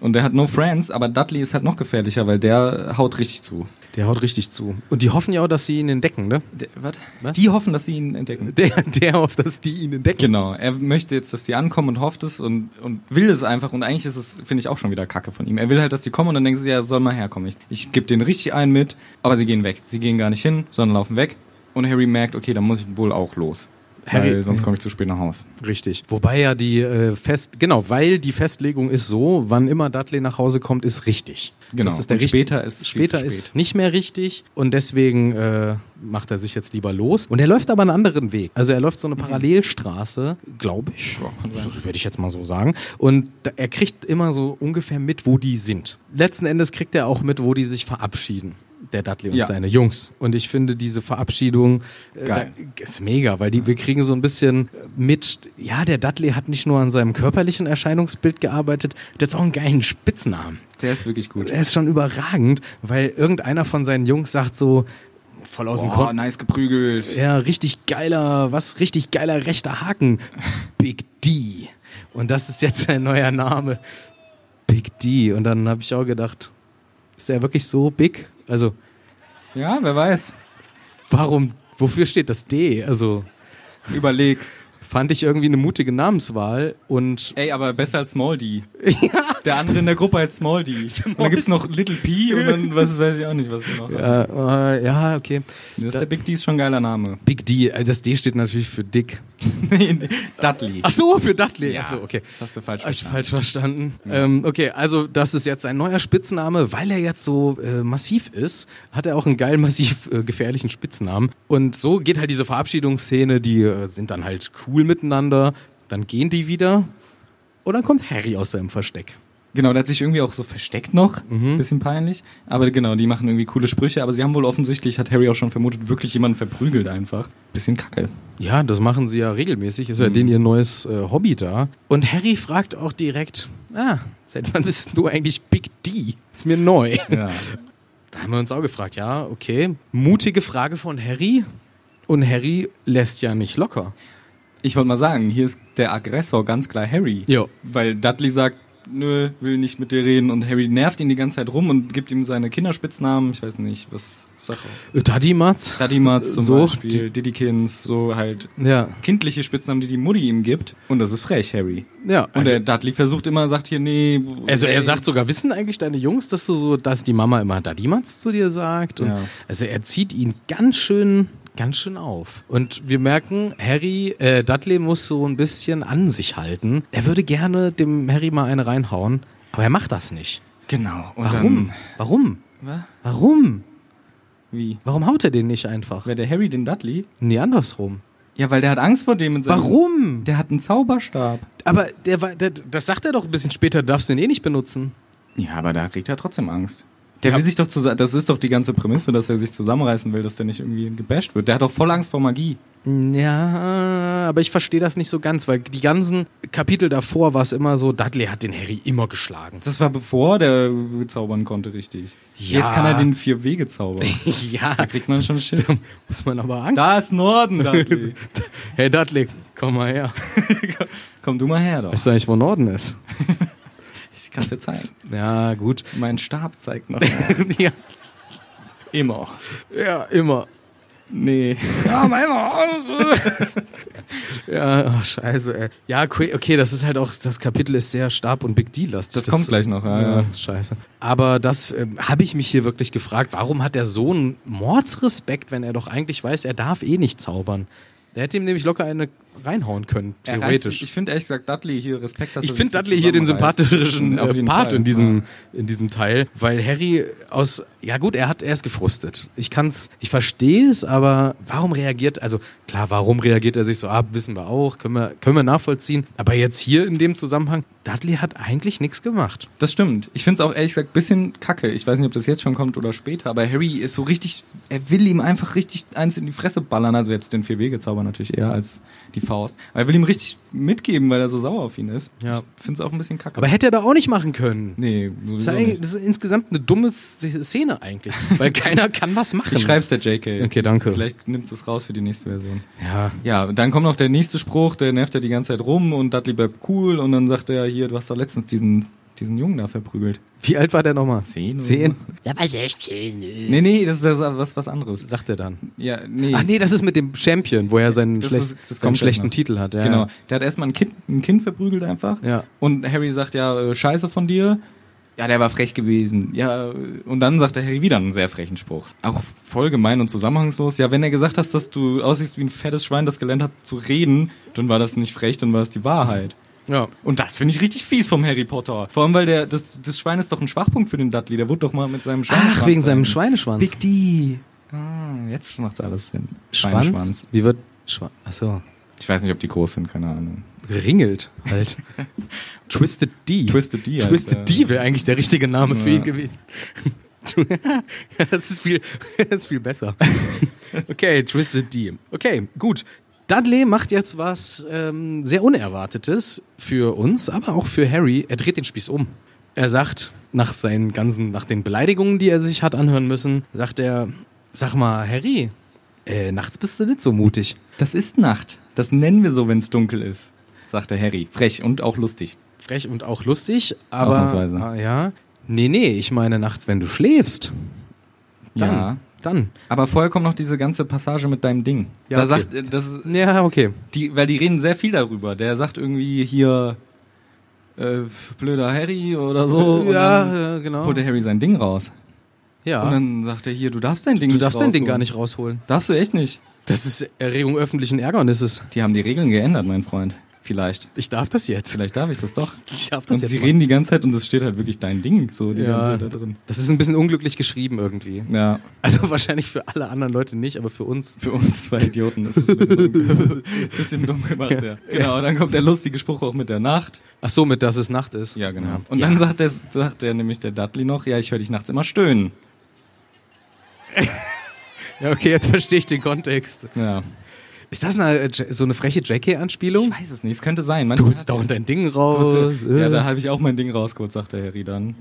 D: und der hat no friends, aber Dudley ist halt noch gefährlicher, weil der haut richtig zu.
C: Der haut richtig zu. Und die hoffen ja auch, dass sie ihn entdecken, ne?
D: Der, wat?
C: Was?
D: Die hoffen, dass sie ihn entdecken.
C: Der, der hofft, dass die ihn entdecken.
D: Genau, er möchte jetzt, dass die ankommen und hofft es und, und will es einfach. Und eigentlich ist es, finde ich, auch schon wieder Kacke von ihm. Er will halt, dass die kommen und dann denken sie, ja, soll mal herkommen. Ich, ich gebe denen richtig einen mit, aber sie gehen weg. Sie gehen gar nicht hin, sondern laufen weg. Und Harry merkt, okay, dann muss ich wohl auch los.
C: Harry-
D: weil sonst komme ich zu spät nach Haus.
C: Richtig. Wobei ja die äh, Fest, genau, weil die Festlegung ist so, wann immer Dudley nach Hause kommt, ist richtig.
D: Genau.
C: Das ist der
D: Und
C: richt-
D: später ist es viel
C: später
D: zu spät.
C: ist nicht mehr richtig und deswegen äh, macht er sich jetzt lieber los. Und er läuft aber einen anderen Weg. Also er läuft so eine
D: Mhm.
C: Parallelstraße, glaube ich, so, würde ich jetzt mal so sagen. Und da, er kriegt immer so ungefähr mit, wo die sind. Letzten Endes kriegt er auch mit, wo die sich verabschieden. Der Dudley und
D: Ja.
C: seine Jungs. Und ich finde diese Verabschiedung äh,
D: Geil.
C: da, ist mega, weil die, wir kriegen so ein bisschen mit, ja, der Dudley hat nicht nur an seinem körperlichen Erscheinungsbild gearbeitet, der hat auch einen geilen Spitznamen.
D: Der ist wirklich gut.
C: Er ist schon überragend, weil irgendeiner von seinen Jungs sagt so, voll aus dem
D: Boah,
C: Kopf.
D: nice geprügelt.
C: Ja, richtig geiler, was, richtig geiler rechter Haken. Big D. Und das ist jetzt sein neuer Name. Big D. Und dann habe ich auch gedacht, ist er wirklich so big? Also,
D: Ja, wer weiß.
C: warum, wofür steht das D? Also,
D: Überleg's.
C: fand ich irgendwie eine mutige Namenswahl und
D: Ey, aber besser als Smoldy. Ja. Der andere in der Gruppe heißt Smoldy. Und dann gibt's noch Little P und dann was weiß ich auch nicht, was da noch.
C: äh, äh, ja, okay.
D: Das ist der Big D ist schon ein geiler Name.
C: Big D, äh, das D steht natürlich für dick.
D: Dudley.
C: Ach so, für Dudley.
D: Ja.
C: Ach so, okay.
D: Das hast du falsch
C: Hab ich
D: verstanden.
C: falsch verstanden. Ähm, okay, also das ist jetzt sein neuer Spitzname, weil er jetzt so äh, massiv ist, hat er auch einen geil massiv äh, gefährlichen Spitznamen. Und so geht halt diese Verabschiedungsszene, die äh, sind dann halt cool miteinander, dann gehen die wieder und dann kommt Harry aus seinem Versteck.
D: Genau, der hat sich irgendwie auch so versteckt noch.
C: Mhm.
D: Bisschen peinlich. Aber genau, die machen irgendwie coole Sprüche. Aber sie haben wohl offensichtlich, hat Harry auch schon vermutet, wirklich jemanden verprügelt einfach. Bisschen kacke.
C: Ja, das machen sie ja regelmäßig, ist ja denen ihr neues äh, Hobby da. Und Harry fragt auch direkt, ah, seit wann bist du eigentlich Big D? Ist mir neu.
D: Ja.
C: Da haben wir uns auch gefragt, ja, okay. Mutige Frage von Harry. Und Harry lässt ja nicht locker.
D: Ich wollte mal sagen, hier ist der Aggressor ganz klar Harry.
C: Jo.
D: Weil Dudley sagt, nö, will nicht mit dir reden und Harry nervt ihn die ganze Zeit rum und gibt ihm seine Kinderspitznamen, ich weiß nicht, was sag auch.
C: Äh, Daddy Mats?
D: Daddymatz zum
C: So,
D: Beispiel, Didikins, so halt
C: Ja.
D: kindliche Spitznamen, die die Mutti ihm gibt und das ist frech, Harry.
C: Ja.
D: Und
C: Also,
D: der Dudley versucht immer, sagt hier, nee.
C: also
D: ey.
C: er sagt sogar, wissen eigentlich deine Jungs, dass du so, dass die Mama immer Daddy Mats zu dir sagt? Und
D: Ja.
C: Also er zieht ihn ganz schön, ganz schön auf. Und wir merken, Harry, äh, Dudley muss so ein bisschen an sich halten. Er würde gerne dem Harry mal eine reinhauen, aber er macht das nicht.
D: Genau. Und
C: Warum? Warum?
D: Dann,
C: Warum?
D: wie?
C: Warum haut er den nicht einfach?
D: Wer der Harry den Dudley?
C: Nee, andersrum.
D: Ja, weil der hat Angst vor dem. Mit seinem-
C: Warum?
D: Der hat einen Zauberstab.
C: Aber der war, der, das sagt er doch ein bisschen später, darfst du ihn eh nicht benutzen.
B: E-
D: Ja, aber da kriegt er trotzdem Angst. Der will sich doch zusammen. Das ist doch die ganze Prämisse, dass er sich zusammenreißen will, dass der nicht irgendwie gebasht wird. Der hat doch voll Angst vor Magie.
C: Ja, aber ich verstehe das nicht so ganz, weil die ganzen Kapitel davor war es immer so, Dudley hat den Harry immer geschlagen.
D: Das war bevor der zaubern konnte, richtig. Jetzt kann er den vier Wege zaubern.
C: Ja,
D: Da kriegt man schon Schiss.
C: muss man aber Angst
D: Da ist Norden, Dudley.
C: Hey Dudley, komm mal her.
D: Komm du mal her doch.
C: Weißt du eigentlich, wo Norden ist?
D: Ich kann's dir zeigen.
C: Ja, gut.
D: Mein Stab zeigt noch.
C: ja.
D: Immer.
C: ja, immer.
D: Nee.
C: Ja, ach, scheiße, ey. Ja, que- okay, das ist halt auch, das Kapitel ist sehr Stab- und Big Deal-lastig.
D: Das kommt gleich noch, ja, ja.
C: scheiße. Aber das ähm, habe ich mich hier wirklich gefragt, warum hat er so einen Mordsrespekt, wenn er doch eigentlich weiß, er darf eh nicht zaubern? Der hätte ihm nämlich locker eine reinhauen können,
D: Er reißt sich-
C: theoretisch.
D: Ich finde ehrlich gesagt Dudley hier Respekt, dass
C: Ich
D: er
C: finde
D: sich so
C: Dudley hier den
D: zusammenreißt.
C: sympathischen
D: Auf
C: äh,
D: jeden
C: Part
D: Fall.
C: in diesem, in diesem Teil, weil Harry aus, ja gut, er hat, er ist gefrustet. Ich kann's, ich verstehe es, aber warum reagiert, also klar, warum reagiert er sich so ab, wissen wir auch, können wir, können wir nachvollziehen. Aber jetzt hier in dem Zusammenhang, Dudley hat eigentlich nichts gemacht.
D: Das stimmt. Ich finde es auch ehrlich gesagt ein bisschen kacke. Ich weiß nicht, ob das jetzt schon kommt oder später, aber Harry ist so richtig, er will ihm einfach richtig eins in die Fresse ballern. Also jetzt den Vier-Wege-Zauber natürlich eher als die Faust. Aber er will ihm richtig mitgeben, weil er so sauer auf ihn ist.
C: Ja.
D: Ich finde es auch ein bisschen kacke.
C: Aber hätte er da auch nicht machen können.
D: nee,
C: Das ist,
D: sowieso
C: eigentlich-
D: nicht.
C: das ist insgesamt eine dumme S- Szene eigentlich, weil keiner kann was machen.
D: Ich schreib's der JK.
C: Okay, danke.
D: Vielleicht nimmt es raus für die nächste Version.
C: Ja,
D: Ja, und dann kommt noch der nächste Spruch, der nervt ja die ganze Zeit rum und Dudley bleibt cool und dann sagt er hier, du hast doch letztens diesen, diesen Jungen da verprügelt.
C: wie alt war der nochmal?
D: Zehn oder
C: Zehn,
F: Da war 16.
D: Nee, nee, das ist ja was, was anderes.
C: sagt er dann.
D: Ja, nee.
C: Ach nee, das ist mit dem Champion, wo er seinen,
D: Das
C: schlecht,
D: ist- das
C: seinen
D: kommt gleich
C: schlechten
D: noch.
C: Titel hat. Ja.
D: Genau. Der hat erstmal ein Kind, ein kind verprügelt einfach.
C: Ja.
D: Und Harry sagt ja, äh, scheiße von dir. Ja, der war frech gewesen. Ja, äh, und dann sagt der Harry wieder einen sehr frechen Spruch. Auch voll gemein und zusammenhangslos. Ja, wenn er gesagt hast, dass du aussiehst wie ein fettes Schwein, das gelernt hat zu reden, dann war das nicht frech, dann war es die Wahrheit.
C: Ja.
D: Und das finde ich richtig fies vom Harry Potter. Vor allem, weil der, das, das Schwein ist doch ein Schwachpunkt für den Dudley. Der wurde doch mal mit seinem Schweinschwanz.
C: Ach, wegen seinem
D: dahin.
C: Schweineschwanz.
D: Big D. Ah, jetzt macht's alles Sinn.
C: Schwanz? Wie wird Schwanz? Achso.
D: Ich weiß nicht, ob die groß sind, keine Ahnung.
C: Ringelt halt. Twisted D.
D: Twisted D. heißt
C: Twisted
D: er.
C: D wäre eigentlich der richtige Name für
D: Ja.
C: ihn gewesen. das, ist viel, das ist viel besser. Okay, Twisted D. Okay, gut. Dudley macht jetzt was ähm, sehr Unerwartetes für uns, aber auch für Harry. Er dreht den Spieß um. Er sagt, nach seinen ganzen, nach den Beleidigungen, die er sich hat anhören müssen, sagt er, sag mal, Harry, äh, nachts bist du nicht so mutig.
D: Das ist Nacht. Das nennen wir so, wenn es dunkel ist, sagte Harry. Frech und auch lustig.
C: Frech und auch lustig, aber.
D: Ausnahmsweise.
C: Ah, ja. Nee, nee, ich meine nachts, wenn du schläfst. Dann.
D: Ja.
C: Dann.
D: Aber vorher kommt noch diese ganze Passage mit deinem Ding.
C: Ja,
D: da
C: okay.
D: sagt, äh, das, ist-
C: Ja, okay.
D: die, weil die reden sehr viel darüber. Der sagt irgendwie hier äh, blöder Harry oder so. und
C: ja, äh,
D: dann
C: genau.
D: holt der Harry sein Ding raus.
C: Ja.
D: Und dann sagt er hier, du darfst dein Ding
C: du
D: nicht
C: darfst dein Ding
D: rausholen.
C: gar nicht rausholen.
D: Darfst du echt nicht.
C: Das ist Erregung öffentlichen Ärgernisses.
D: Die haben die Regeln geändert, mein Freund. Vielleicht.
C: Ich darf das jetzt.
D: Vielleicht darf ich das doch.
C: Ich darf das
D: Und sie
C: jetzt.
D: reden die ganze Zeit und es steht halt wirklich dein Ding so die
C: ja,
D: ganze Zeit da drin.
C: das ist ein bisschen unglücklich geschrieben irgendwie.
D: Ja.
C: Also wahrscheinlich für alle anderen Leute nicht, aber für uns.
D: Für uns zwei Idioten ist es ein bisschen, bisschen dumm gemacht, ja. Genau, dann kommt der lustige Spruch auch mit der Nacht.
C: Ach so, mit dass es Nacht ist.
D: genau. Und dann sagt der, sagt der nämlich der Dudley noch, ja, ich höre dich nachts immer stöhnen.
C: Ja, okay, jetzt verstehe ich den Kontext.
D: Ja.
C: Ist das eine, äh, J- so eine freche
D: Ich
C: JK-Anspielung?
D: weiß es nicht, es könnte sein.
C: Du
D: Manchmal
C: holst dauernd dein Ding
D: hat-
C: raus.
D: Ja,
C: äh.
D: da habe ich auch mein Ding rausgeholt, sagt der Harry dann.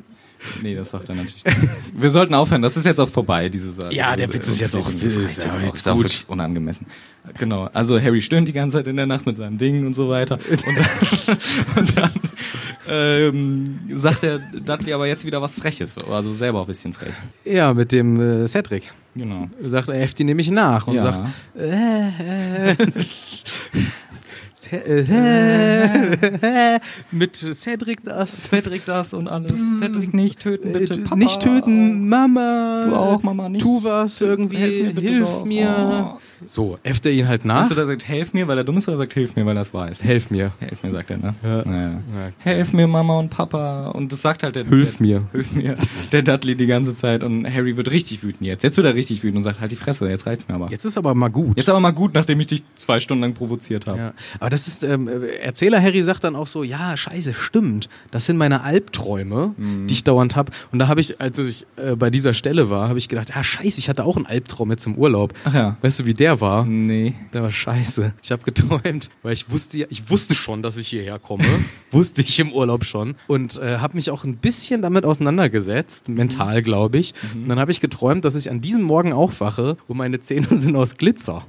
D: Nee, das sagt er natürlich nicht. Wir sollten aufhören, das ist jetzt auch vorbei, diese Sache.
C: Ja, der Witz ist jetzt auch-
D: Das
C: ist
D: reicht
C: ja
D: jetzt
C: jetzt
D: auch
C: gut.
D: gut. unangemessen. Genau, also Harry stöhnt die ganze Zeit in der Nacht mit seinem Ding und so weiter. Und dann, und dann ähm, sagt der Dudley aber jetzt wieder was Freches, also selber ein bisschen frech.
C: Ja, mit dem äh, Cedric.
D: Genau.
C: Sagt er, heftig nämlich nach und
D: Ja.
C: sagt, äh, äh, Ce- äh, äh, mit Cedric das.
D: Cedric das und alles. Cedric nicht töten, bitte.
C: Äh,
D: Papa.
C: nicht töten, Mama.
D: Du auch, Mama, nicht.
C: Tu was irgendwie,
D: Helf mir
C: hilf
D: bitte
C: mir.
D: doch.
C: So, äfft er ihn halt nach.
D: Meinst du, der sagt, helf mir, weil er dumm ist, oder sagt, hilf mir, weil er es weiß?
C: Helf mir.
D: Helf mir, sagt er, ne?
C: Ja.
D: Naja. Helf mir, Mama und Papa. Und das sagt halt der.
C: Hilf
D: der,
C: mir.
D: Hilf mir. Der Dudley die ganze Zeit. Und Harry wird richtig wütend jetzt. Jetzt wird er richtig wütend und sagt, halt die Fresse, jetzt reicht's mir aber. Jetzt,
C: Jetzt ist aber mal gut.
D: aber mal gut, nachdem ich dich zwei Stunden lang provoziert habe.
C: Ja. Aber das ist, ähm, Erzähler Harry sagt dann auch so, ja, scheiße, stimmt. Das sind meine Albträume,
D: Mhm.
C: die ich dauernd habe. Und da habe ich, als ich äh, bei dieser Stelle war, habe ich gedacht, ah, scheiße, ich hatte auch einen Albtraum jetzt im Urlaub.
D: Ach ja. Mhm.
C: Weißt du, wie der war?
D: Nee.
C: Der war scheiße. Ich habe geträumt, weil ich wusste ja, ich wusste schon, dass ich hierher komme. wusste ich im Urlaub schon. Und äh, habe mich auch ein bisschen damit auseinandergesetzt, mental, glaube ich.
D: Mhm.
C: Und dann habe ich geträumt, dass ich an diesem Morgen aufwache und meine Zähne sind aus Glitzer.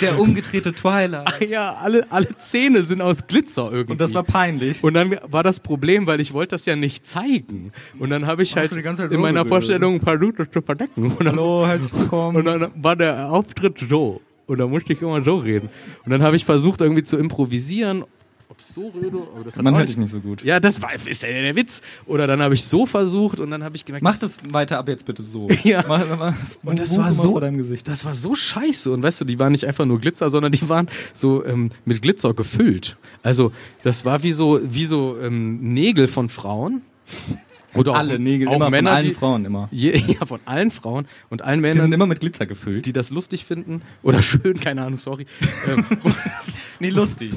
D: Der umgedrehte Twilight.
C: Ah ja, alle, alle Zähne sind aus Glitzer irgendwie.
D: Und das war peinlich.
C: Und dann war das Problem, weil ich wollte das ja nicht zeigen. Und dann habe ich
D: Hast
C: halt
D: du die ganze Zeit
C: in
D: so
C: meiner
D: geredet?
C: Vorstellung ein paar Lute zu verdecken. Und dann,
D: Hallo, herzlich
C: und
D: willkommen.
C: dann war der Auftritt so. Und dann musste ich immer so reden. Und dann habe ich versucht, irgendwie zu improvisieren. Ob ich so rede, aber das hat
D: Man
C: auch
D: hört dich nicht so gut.
C: Ja, das war, ist ja der Witz. Oder dann habe ich so versucht und dann habe ich gemerkt,
D: Mach das weiter ab jetzt bitte so.
C: Ja.
D: Mach, mach das
C: Und das
D: Buch
C: war
D: immer
C: so,
D: vor deinem Gesicht.
C: das war so scheiße. Und weißt du, die waren nicht einfach nur Glitzer, sondern die waren so ähm, mit Glitzer gefüllt. Also das war wie so wie so ähm, Nägel von Frauen. Oder auch,
D: Alle Nägel,
C: auch
D: immer
C: Männer,
D: von allen
C: die,
D: Frauen immer.
C: Je, ja, von allen Frauen und allen
D: Die sind
C: Männern,
D: immer mit Glitzer gefüllt.
C: die das lustig finden oder schön, keine Ahnung, sorry. Ähm,
D: Nee, lustig.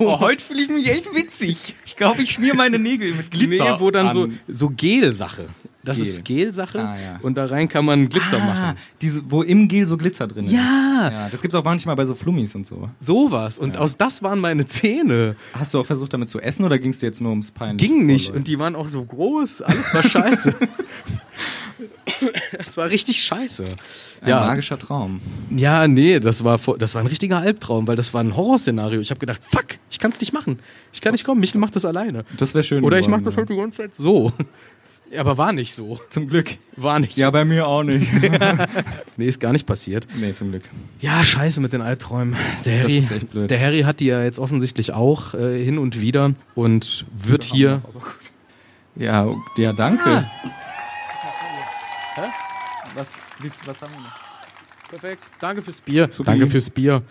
D: Oh, heute fühle ich mich echt witzig. Ich glaube, ich schmier meine Nägel mit Glitzer.
C: nee, wo dann so
D: an.
C: so Gel-Sache. Das
D: Gel.
C: ist Gel-Sache
D: Ah, ja.
C: und da rein kann man Glitzer
D: Ah,
C: machen.
D: Diese, wo im Gel so Glitzer drin
C: Ja,
D: ist. Ja, das gibt's auch manchmal bei so Flummis und so.
C: sowas. Und aus das waren meine Zähne.
D: Hast du auch versucht, damit zu essen oder ging's dir jetzt nur ums Peinliche?
C: Ging nicht
D: Vor,
C: und die waren auch so groß, alles war scheiße. Es war richtig scheiße.
D: Leute? Ein
C: Ja,
D: magischer Traum.
C: ja, nee, das war, vor- das war ein richtiger Albtraum, weil das war ein Horrorszenario. Ich habe gedacht, fuck, ich kann es nicht machen. Ich kann nicht kommen, Michel macht das alleine.
D: Das wäre schön.
C: Oder ich mache
D: geworden,
C: das
D: ja.
C: halt die ganze Zeit so. Ja, Aber war nicht so.
D: Zum Glück.
C: War nicht.
D: Ja, bei mir auch nicht.
C: Nee, ist gar nicht passiert.
D: nee, zum Glück.
C: Ja, scheiße mit den Albträumen. Der Harry,
D: ist echt blöd.
C: Der Harry hat die ja jetzt offensichtlich auch äh, hin und wieder und wird hier.
D: Ja, ja danke.
C: Ah.
D: Was, was haben wir noch?
C: Perfekt. Danke fürs Bier.
D: Supi.
C: Danke fürs Bier.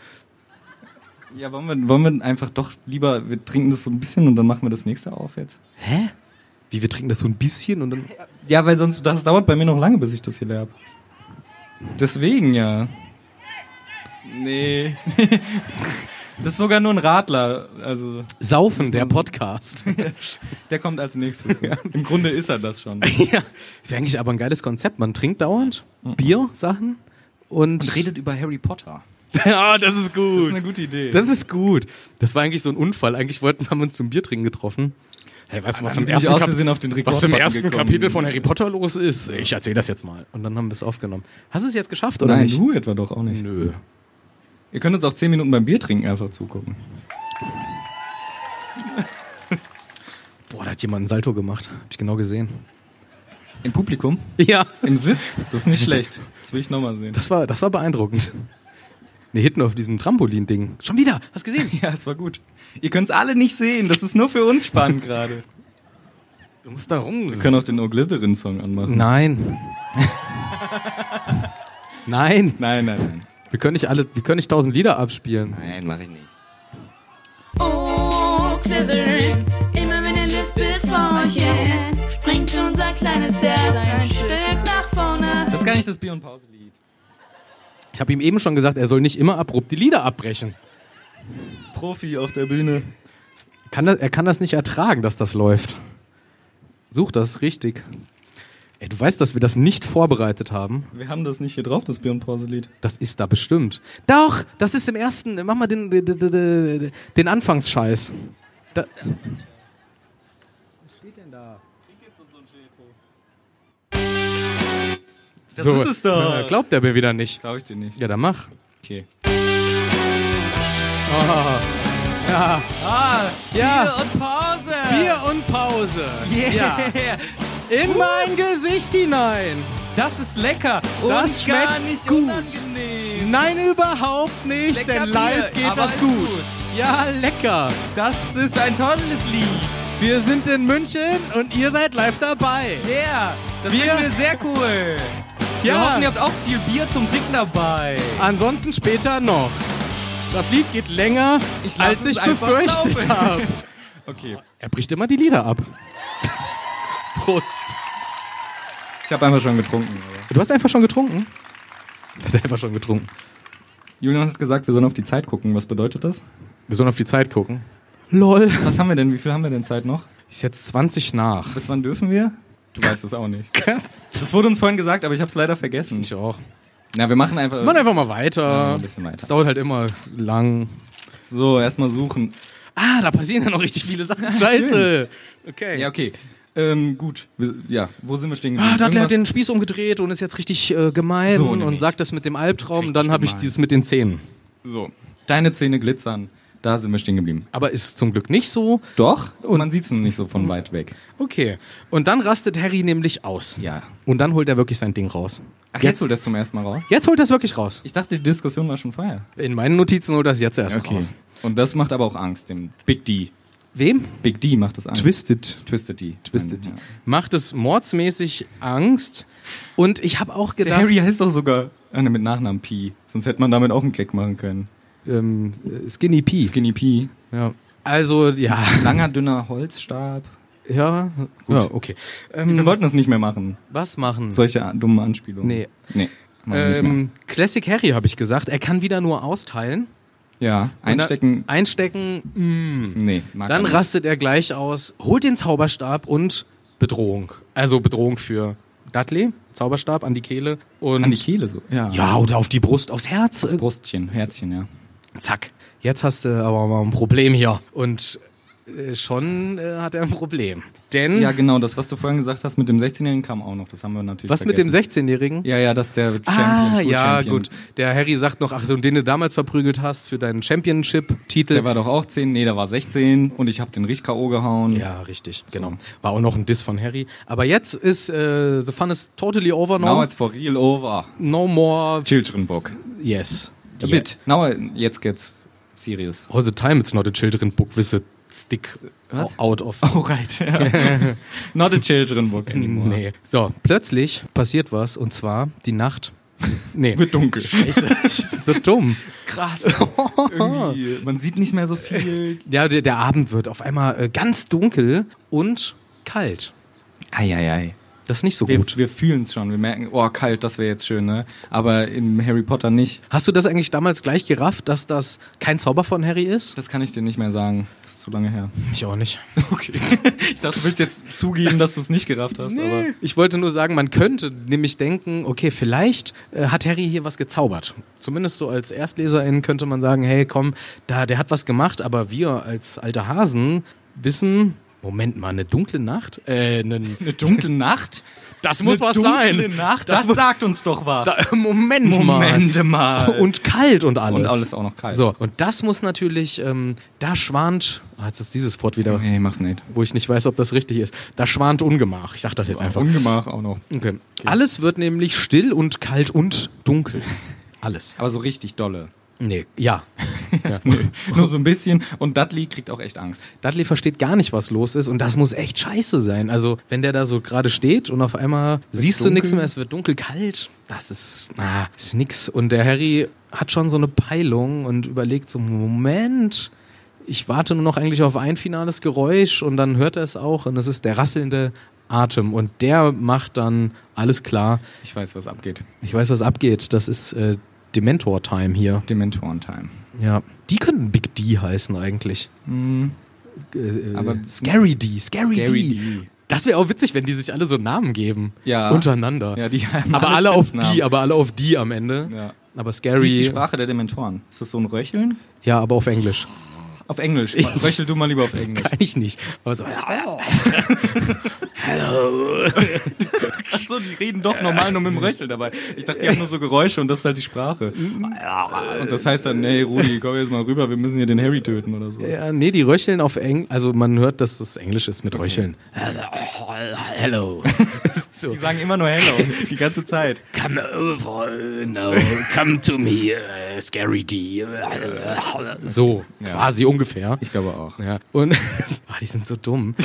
D: Ja, wollen wir, wollen wir einfach doch lieber, wir trinken das so ein bisschen und dann machen wir das nächste auf jetzt.
C: Hä? Wie wir trinken das so ein bisschen und dann.
D: Ja, weil sonst, das dauert bei mir noch lange, bis ich das hier leer hab. Deswegen ja. Nee. das ist sogar nur ein Radler. Also,
C: Saufen, der Podcast.
D: der kommt als nächstes. Im Grunde ist er das schon.
C: ja. Wäre eigentlich aber ein geiles Konzept. Man trinkt dauernd Bier-Sachen und.
D: über Harry Potter.
C: Ah, das ist
D: Das ist
C: gut.
D: eine gute Idee.
C: Das ist gut. Das war eigentlich so ein Unfall. Eigentlich wollten haben wir uns zum Biertrinken getroffen. Hey, weißt du, was im
D: bin ich
C: ersten,
D: aus
C: Kap-
D: Versehen auf den
C: was im
D: Rekord-Button
C: ersten
D: gekommen.
C: Kapitel von Harry Potter los ist? Ich erzähle das jetzt mal. Und dann haben wir es aufgenommen. Hast du es jetzt geschafft oder
D: Nein,
C: nicht?
D: du etwa doch auch nicht.
C: Nö.
D: Ihr könnt uns auch 10 Minuten beim Bier trinken einfach zugucken.
C: Boah, da hat jemand einen Salto gemacht. Hab ich genau gesehen.
D: Im Publikum?
C: Ja.
D: Im Sitz? Das ist nicht schlecht. Das will ich nochmal sehen.
C: Das war, das war beeindruckend. Nee, hinten auf diesem Trampolin-Ding. Schon wieder, hast gesehen?
D: Ja, es war gut. Ihr könnt es alle nicht sehen. Das ist nur für uns spannend gerade.
C: Du musst da rum.
D: Wir können auch den O'Glitherin-Song anmachen.
C: Nein. Nein.
D: Nein, nein, nein.
C: Wir können nicht alle, wir können nicht tausend Lieder abspielen.
B: Nein, mache ich nicht.
G: Oh, Slytherin, immer wenn ihr lispelt vor euch hin, springt unser kleines Herz ein Stück nach vorne.
D: Das ist gar nicht das Bier- und Pause-Lied.
C: Ich habe ihm eben schon gesagt, er soll nicht immer abrupt die Lieder abbrechen.
D: Profi auf der Bühne.
C: Kann das, er kann das nicht ertragen, dass das läuft. Such das richtig. Ey, du weißt, dass wir das nicht vorbereitet haben.
D: Wir haben das nicht hier drauf, das Bier- und Pause-Lied.
C: Das ist da bestimmt. Doch, das ist im ersten. Mach mal den, den, den, den Anfangsscheiß. Da, was steht denn da?
B: Das
C: So.
B: ist es doch.
C: Glaubt er mir wieder nicht.
D: Glaube ich dir nicht.
C: Ja, dann mach.
D: Okay.
C: Ja,
B: Und Pause.
C: Bier und Pause. Ja.
B: Yeah.
C: In mein Gesicht hinein.
B: Das ist lecker. Und
C: Das
B: gar
C: schmeckt
B: nicht
C: gut.
B: unangenehm.
C: Nein, überhaupt nicht,
B: Lecker
C: denn live
B: Bier,
C: geht
B: aber
C: das
B: ist
C: gut.
B: gut.
C: Ja, lecker.
B: Das ist ein tolles Lied.
C: Wir sind in München und ihr seid live dabei.
B: Yeah. Das
C: Bier.
B: finden wir sehr cool. Wir
C: Ja.
B: hoffen, ihr habt auch viel Bier zum Trinken dabei.
C: Ansonsten später noch. Das Lied geht länger,
B: Ich lass
C: als
B: es
C: ich
B: einfach
C: befürchtet
B: laufen.
C: habe.
D: Okay.
C: Er bricht immer die Lieder ab. Prost.
D: Ich habe einfach schon getrunken. Aber.
C: Du hast einfach schon getrunken? Er hat einfach schon getrunken.
D: Julian hat gesagt, wir sollen auf die Zeit gucken. Was bedeutet das?
C: Wir sollen auf die Zeit gucken. Lol.
D: Was haben wir denn? Wie viel haben wir denn Zeit noch?
C: Ist jetzt 20 nach.
D: Bis wann dürfen wir? Du weißt es auch nicht. Das wurde uns vorhin gesagt, aber ich habe es leider vergessen.
C: Ich auch.
D: Na, wir machen einfach.
C: Machen einfach mal weiter.
D: ein bisschen weiter.
C: Es dauert halt immer lang.
D: So, erstmal suchen.
C: Ah, da passieren ja noch richtig viele Sachen. Scheiße. Okay.
D: Ja, okay. Ähm, gut. Wir, ja, wo sind wir stehen geblieben?
C: Ah, da hat er
D: Irgendwas-
C: den Spieß umgedreht und ist jetzt richtig äh, gemein
D: So
C: und
D: nämlich.
C: sagt das mit dem Albtraum. Und dann
D: Richtig
C: habe ich
D: gemein.
C: dieses mit den Zähnen.
D: So. Deine Zähne glitzern. Da sind wir stehen geblieben.
C: Aber ist zum Glück nicht so.
D: Doch, und man sieht es noch nicht so von weit weg.
C: Okay. Und dann rastet Harry nämlich aus.
D: Ja.
C: Und dann holt er wirklich sein Ding raus.
D: Ach, jetzt holt das zum ersten Mal raus?
C: Jetzt holt er es wirklich raus.
D: Ich dachte, die Diskussion war schon vorher.
C: In meinen Notizen holt er es jetzt erst raus.
D: Und das macht aber auch Angst, dem Big D.
C: Wem?
D: Big D macht das Angst.
C: Twisted.
D: Twisted D.
C: Twisted.
D: Ja.
C: Macht es mordsmäßig Angst. Und ich habe auch
D: Der
C: gedacht.
D: Harry heißt doch sogar eine mit Nachnamen P. Sonst hätte man damit auch einen Gag machen können.
C: ähm, Skinny P.
D: Skinny P.
C: ja. Also, ja.
D: Langer, dünner Holzstab.
C: Ja, ja okay.
D: Wir
C: Ähm,
D: wollten das nicht mehr machen.
C: was machen?
D: Solche a- dummen Anspielungen.
C: Nee.
D: Nee. machen wir nicht mehr.
C: ähm, Classic Harry habe ich gesagt. Er kann wieder nur austeilen.
D: Ja,
C: Und dann-
D: einstecken. ah,
C: Einstecken. mm.
D: Nee, mag
C: Dann
D: er nicht.
C: rastet er gleich aus, holt den Zauberstab und Bedrohung. Also Bedrohung für Dudley. Zauberstab an die Kehle. Und
D: An die Kehle so. Ja.
C: Ja, oder auf die Brust, aufs Herz. Äh,
D: Brustchen, Herzchen, ja.
C: Hm. Zack. Jetzt hast du aber mal ein Problem hier. Und äh, schon äh, hat er ein Problem. Denn
D: Ja, genau, das, was du vorhin gesagt hast mit dem 16-Jährigen kam auch noch. Das haben wir natürlich
C: was mit dem
D: vergessen.
C: 16-Jährigen?
D: Ja, ja, dass der Champion,
C: Ah, ja,
D: Schulchampion,
C: gut. Der Harry sagt noch, ach, und den du damals verprügelt hast für deinen Championship-Titel.
D: Der war doch auch 10, nee, der war 16 und ich habe den richtig K.O. gehauen.
C: ja, richtig, genau. War auch noch ein Diss von Harry. Aber jetzt ist äh, The Fun is totally over
D: Now
C: now.
D: it's for real over.
C: No more.
D: Children book.
C: Yes.
D: A bit. Now, jetzt geht's serious.
C: All the time it's not a children book with a stick
D: Was?
C: out of.
D: Oh, right. ja. Not a children book anymore.
C: Nee. So, plötzlich passiert was und zwar die Nacht. Nee.
D: Wird dunkel.
C: so dumm.
D: Irgendwie, Man sieht nicht mehr so viel.
C: Ja, der, der Abend wird auf einmal äh, ganz dunkel und kalt.
D: Eieiei.
C: Das ist nicht so
D: Wir,
C: gut.
D: wir fühlen es schon. Wir merken, oh, kalt, das wäre jetzt schön, ne? Aber in Harry Potter nicht.
C: Hast du das eigentlich damals gleich gerafft, dass das kein Zauber von Harry ist?
D: Das kann ich dir nicht mehr sagen. Das ist zu lange her.
C: Ich auch nicht.
D: Okay. Ich dachte, du willst jetzt zugeben, dass du es nicht gerafft hast, aber.
C: Ich wollte nur sagen, man könnte nämlich denken, okay, vielleicht äh, hat Harry hier was gezaubert. Zumindest so als ErstleserInnen könnte man sagen, hey, komm, da, der hat was gemacht, aber wir als alte Hasen wissen, Moment mal, eine dunkle Nacht? Äh, einen,
D: Eine dunkle Nacht?
C: das
D: Eine dunkle Nacht? Das,
C: Das mu-
D: sagt uns doch was.
C: Moment,
D: Moment mal.
C: mal. Und kalt und alles.
D: Und alles auch noch kalt.
C: So, und das muss natürlich, ähm, da schwant, ah, jetzt ist dieses Wort wieder,
D: Nee, mach's nicht.
C: wo ich nicht weiß, ob das richtig ist, da schwant Ungemach. Ich sag das jetzt einfach.
D: Ungemach auch noch.
C: Okay. Alles wird nämlich still und kalt und dunkel. Alles.
D: Aber so richtig dolle.
C: Nee, ja.
D: Nur so ein bisschen. Und Dudley kriegt auch echt Angst.
C: Dudley versteht gar nicht, was los ist und das muss echt scheiße sein. Also, wenn der da so gerade steht und auf einmal siehst du
D: dunkel.
C: nichts mehr, es wird dunkel kalt, das ist, ah, ist nix. Und der Harry hat schon so eine Peilung und überlegt so, Moment, ich warte nur noch eigentlich auf ein finales Geräusch und dann hört er es auch und es ist der rasselnde Atem und der macht dann alles klar.
D: Ich weiß, was abgeht.
C: Ich weiß, was abgeht. Das ist äh, Dementor-Time hier.
D: Dementoren-Time.
C: Ja. Die könnten Big D heißen eigentlich. Äh, äh,
D: Mhm. Aber-
C: Scary D, Scary,
D: Scary
C: D.
D: D.
C: Das wäre auch witzig, wenn die sich alle so Namen geben.
D: Ja.
C: Untereinander.
D: Ja, die haben
C: aber
D: alle
C: alle auf
D: Spitznamen.
C: die, aber alle auf die am Ende.
D: Ja.
C: Aber
D: Wie ist die
C: Scary.
D: Sprache der Dementoren? Ist das so ein Röcheln?
C: Ja, aber auf Englisch.
D: Auf Englisch. Röchel du mal lieber auf Englisch.
F: Oh.
C: Kann ich nicht. Aber so,
D: Achso, die reden doch normal nur mit dem Röchel dabei. Ich dachte, die haben nur so Geräusche und das ist halt die Sprache. Und das heißt dann, hey Rudi, komm jetzt mal rüber, wir müssen hier den Harry töten oder so.
C: Ja, nee, die röcheln auf Eng, also man hört, dass das Englisch ist mit röcheln.
F: Hello,
D: Die sagen immer nur Hello, die ganze Zeit.
F: come over, no, come to me, uh, scary D.
C: So, quasi ungefähr.
D: Ich glaube auch.
C: Ja. Und Ah, die sind so dumm.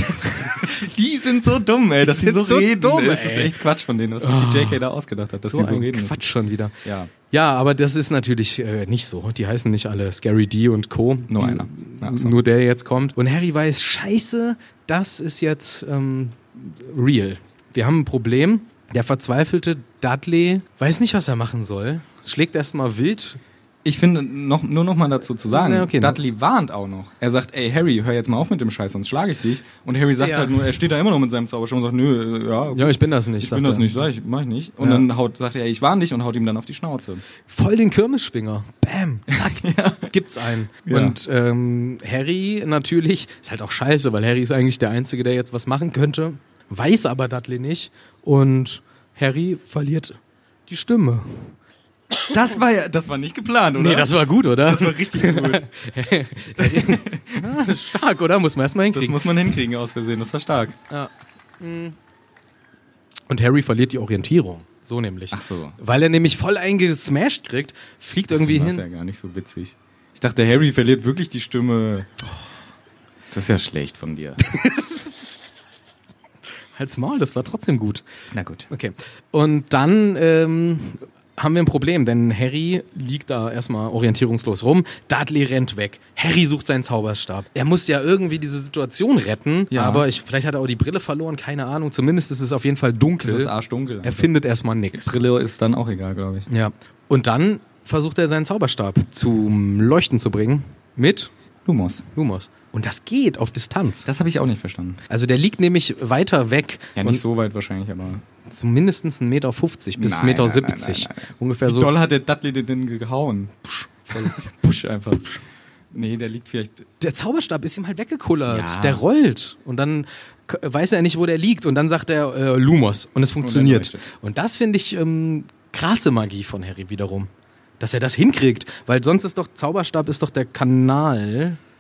D: Die sind so dumm, ey, dass die,
C: sind
D: so,
C: so
D: reden.
C: dumm,
D: das ist
C: ey.
D: echt Quatsch von denen, was sich die JK da ausgedacht hat, dass
C: So,
D: die so
C: ein
D: reden
C: Quatsch schon wieder.
D: müssen. Ja,
C: Ja, aber das ist natürlich äh, nicht so. Die heißen nicht alle Scary D und Co.
D: nur
C: Die-
D: einer. Ja, so.
C: Nur der jetzt kommt. Und Harry weiß, scheiße, das ist jetzt ähm, real. Wir haben ein Problem. Der verzweifelte Dudley weiß nicht, was er machen soll. Schlägt erstmal wild.
D: Ich finde, noch, nur noch mal dazu zu sagen,
C: Na, okay, ne?
D: Dudley warnt auch noch. Er sagt, ey Harry, hör jetzt mal auf mit dem Scheiß, sonst schlage ich dich. Und Harry sagt
C: Ja.
D: halt nur, er steht da immer noch mit seinem Zauberstab und sagt, nö, äh, ja,
C: Ja, ich bin das nicht.
D: ich
C: sagt
D: bin das
C: er.
D: nicht, sag ich, mach ich nicht. Und
C: Ja.
D: dann haut, sagt er, ey, ich warne dich und haut ihm dann auf die Schnauze.
C: Voll den Kirmesschwinger. Bam, zack, gibt's einen.
D: Ja.
C: Und ähm, Harry natürlich, ist halt auch scheiße, weil Harry ist eigentlich der Einzige, der jetzt was machen könnte, weiß aber Dudley nicht. Und Harry verliert die Stimme.
D: Das war ja, das war nicht geplant, oder?
C: Nee, das war gut, oder?
D: Das war richtig gut.
C: Stark, oder? Muss man erstmal
D: Das
C: hinkriegen.
D: muss man hinkriegen aus Versehen, das war stark.
C: Und Harry verliert die Orientierung. So nämlich.
D: Ach so.
C: Weil er nämlich voll eingesmashed kriegt, fliegt irgendwie
D: das ist
C: hin.
D: ja gar nicht so witzig. Ich dachte, Harry verliert wirklich die Stimme. Das ist ja schlecht von dir.
C: Halt's Maul, das war trotzdem gut.
D: Na gut.
C: Okay. Und dann ähm, haben wir ein Problem, denn Harry liegt da erstmal orientierungslos rum. Dudley rennt weg. Harry sucht seinen Zauberstab. Er muss ja irgendwie diese Situation retten,
D: Ja.
C: aber ich, vielleicht hat er auch die Brille verloren, keine Ahnung. Zumindest ist es auf jeden Fall dunkel.
D: Das ist arschdunkel.
C: er findet erstmal nichts.
D: Brille ist dann auch egal, glaube ich.
C: Ja. Und dann versucht er seinen Zauberstab zum Leuchten zu bringen mit
D: Lumos.
C: Lumos. Und das geht auf Distanz.
D: Das habe ich auch nicht verstanden.
C: Also der liegt nämlich weiter weg.
D: Ja,
C: und
D: nicht so weit wahrscheinlich, aber.
C: zumindest 1,50 Meter bis 1,70
D: Nein,
C: Meter.
D: nein, nein, nein,
C: Ungefähr so.
D: hat der Dudley den denn gehauen? Pusch. Voll. Pusch einfach. Pusch. Nee, der liegt vielleicht.
C: der Zauberstab ist ihm halt weggekullert.
D: Ja.
C: Der rollt. Und dann k- weiß er nicht, wo der liegt. Und dann sagt er äh, Lumos. Und es funktioniert.
D: leuchtet.
C: Und, das finde ich ähm, krasse Magie von Harry wiederum. Dass er das hinkriegt. Weil sonst ist doch, Zauberstab ist doch der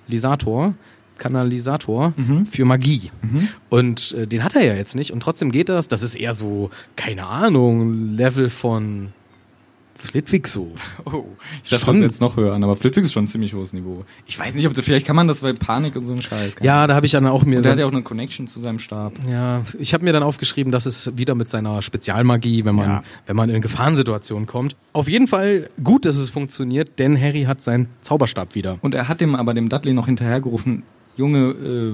C: Kanalisator. Kanalisator
D: Mhm.
C: für Magie. Und äh, den hat er ja jetzt nicht. Und trotzdem geht das. Das ist eher so, keine Ahnung, Level von Flitwick so.
D: Oh, ich dachte
C: Schon.
D: das jetzt noch höher an, aber Flitwick ist schon ein ziemlich hohes Niveau. Ich weiß nicht, ob das, vielleicht kann man das bei Panik und so einem Scheiß. keine
C: Ja, da habe ich dann auch mir.
D: Und der hat
C: dann-
D: ja auch eine Connection zu seinem Stab.
C: Ja, ich habe mir dann aufgeschrieben, dass es wieder mit seiner Spezialmagie, wenn man,
D: Ja.
C: wenn man in Gefahrensituationen kommt. Auf jeden Fall gut, dass es funktioniert, denn Harry hat seinen Zauberstab wieder.
D: Und er hat dem aber dem Dudley noch hinterhergerufen, Junge, äh,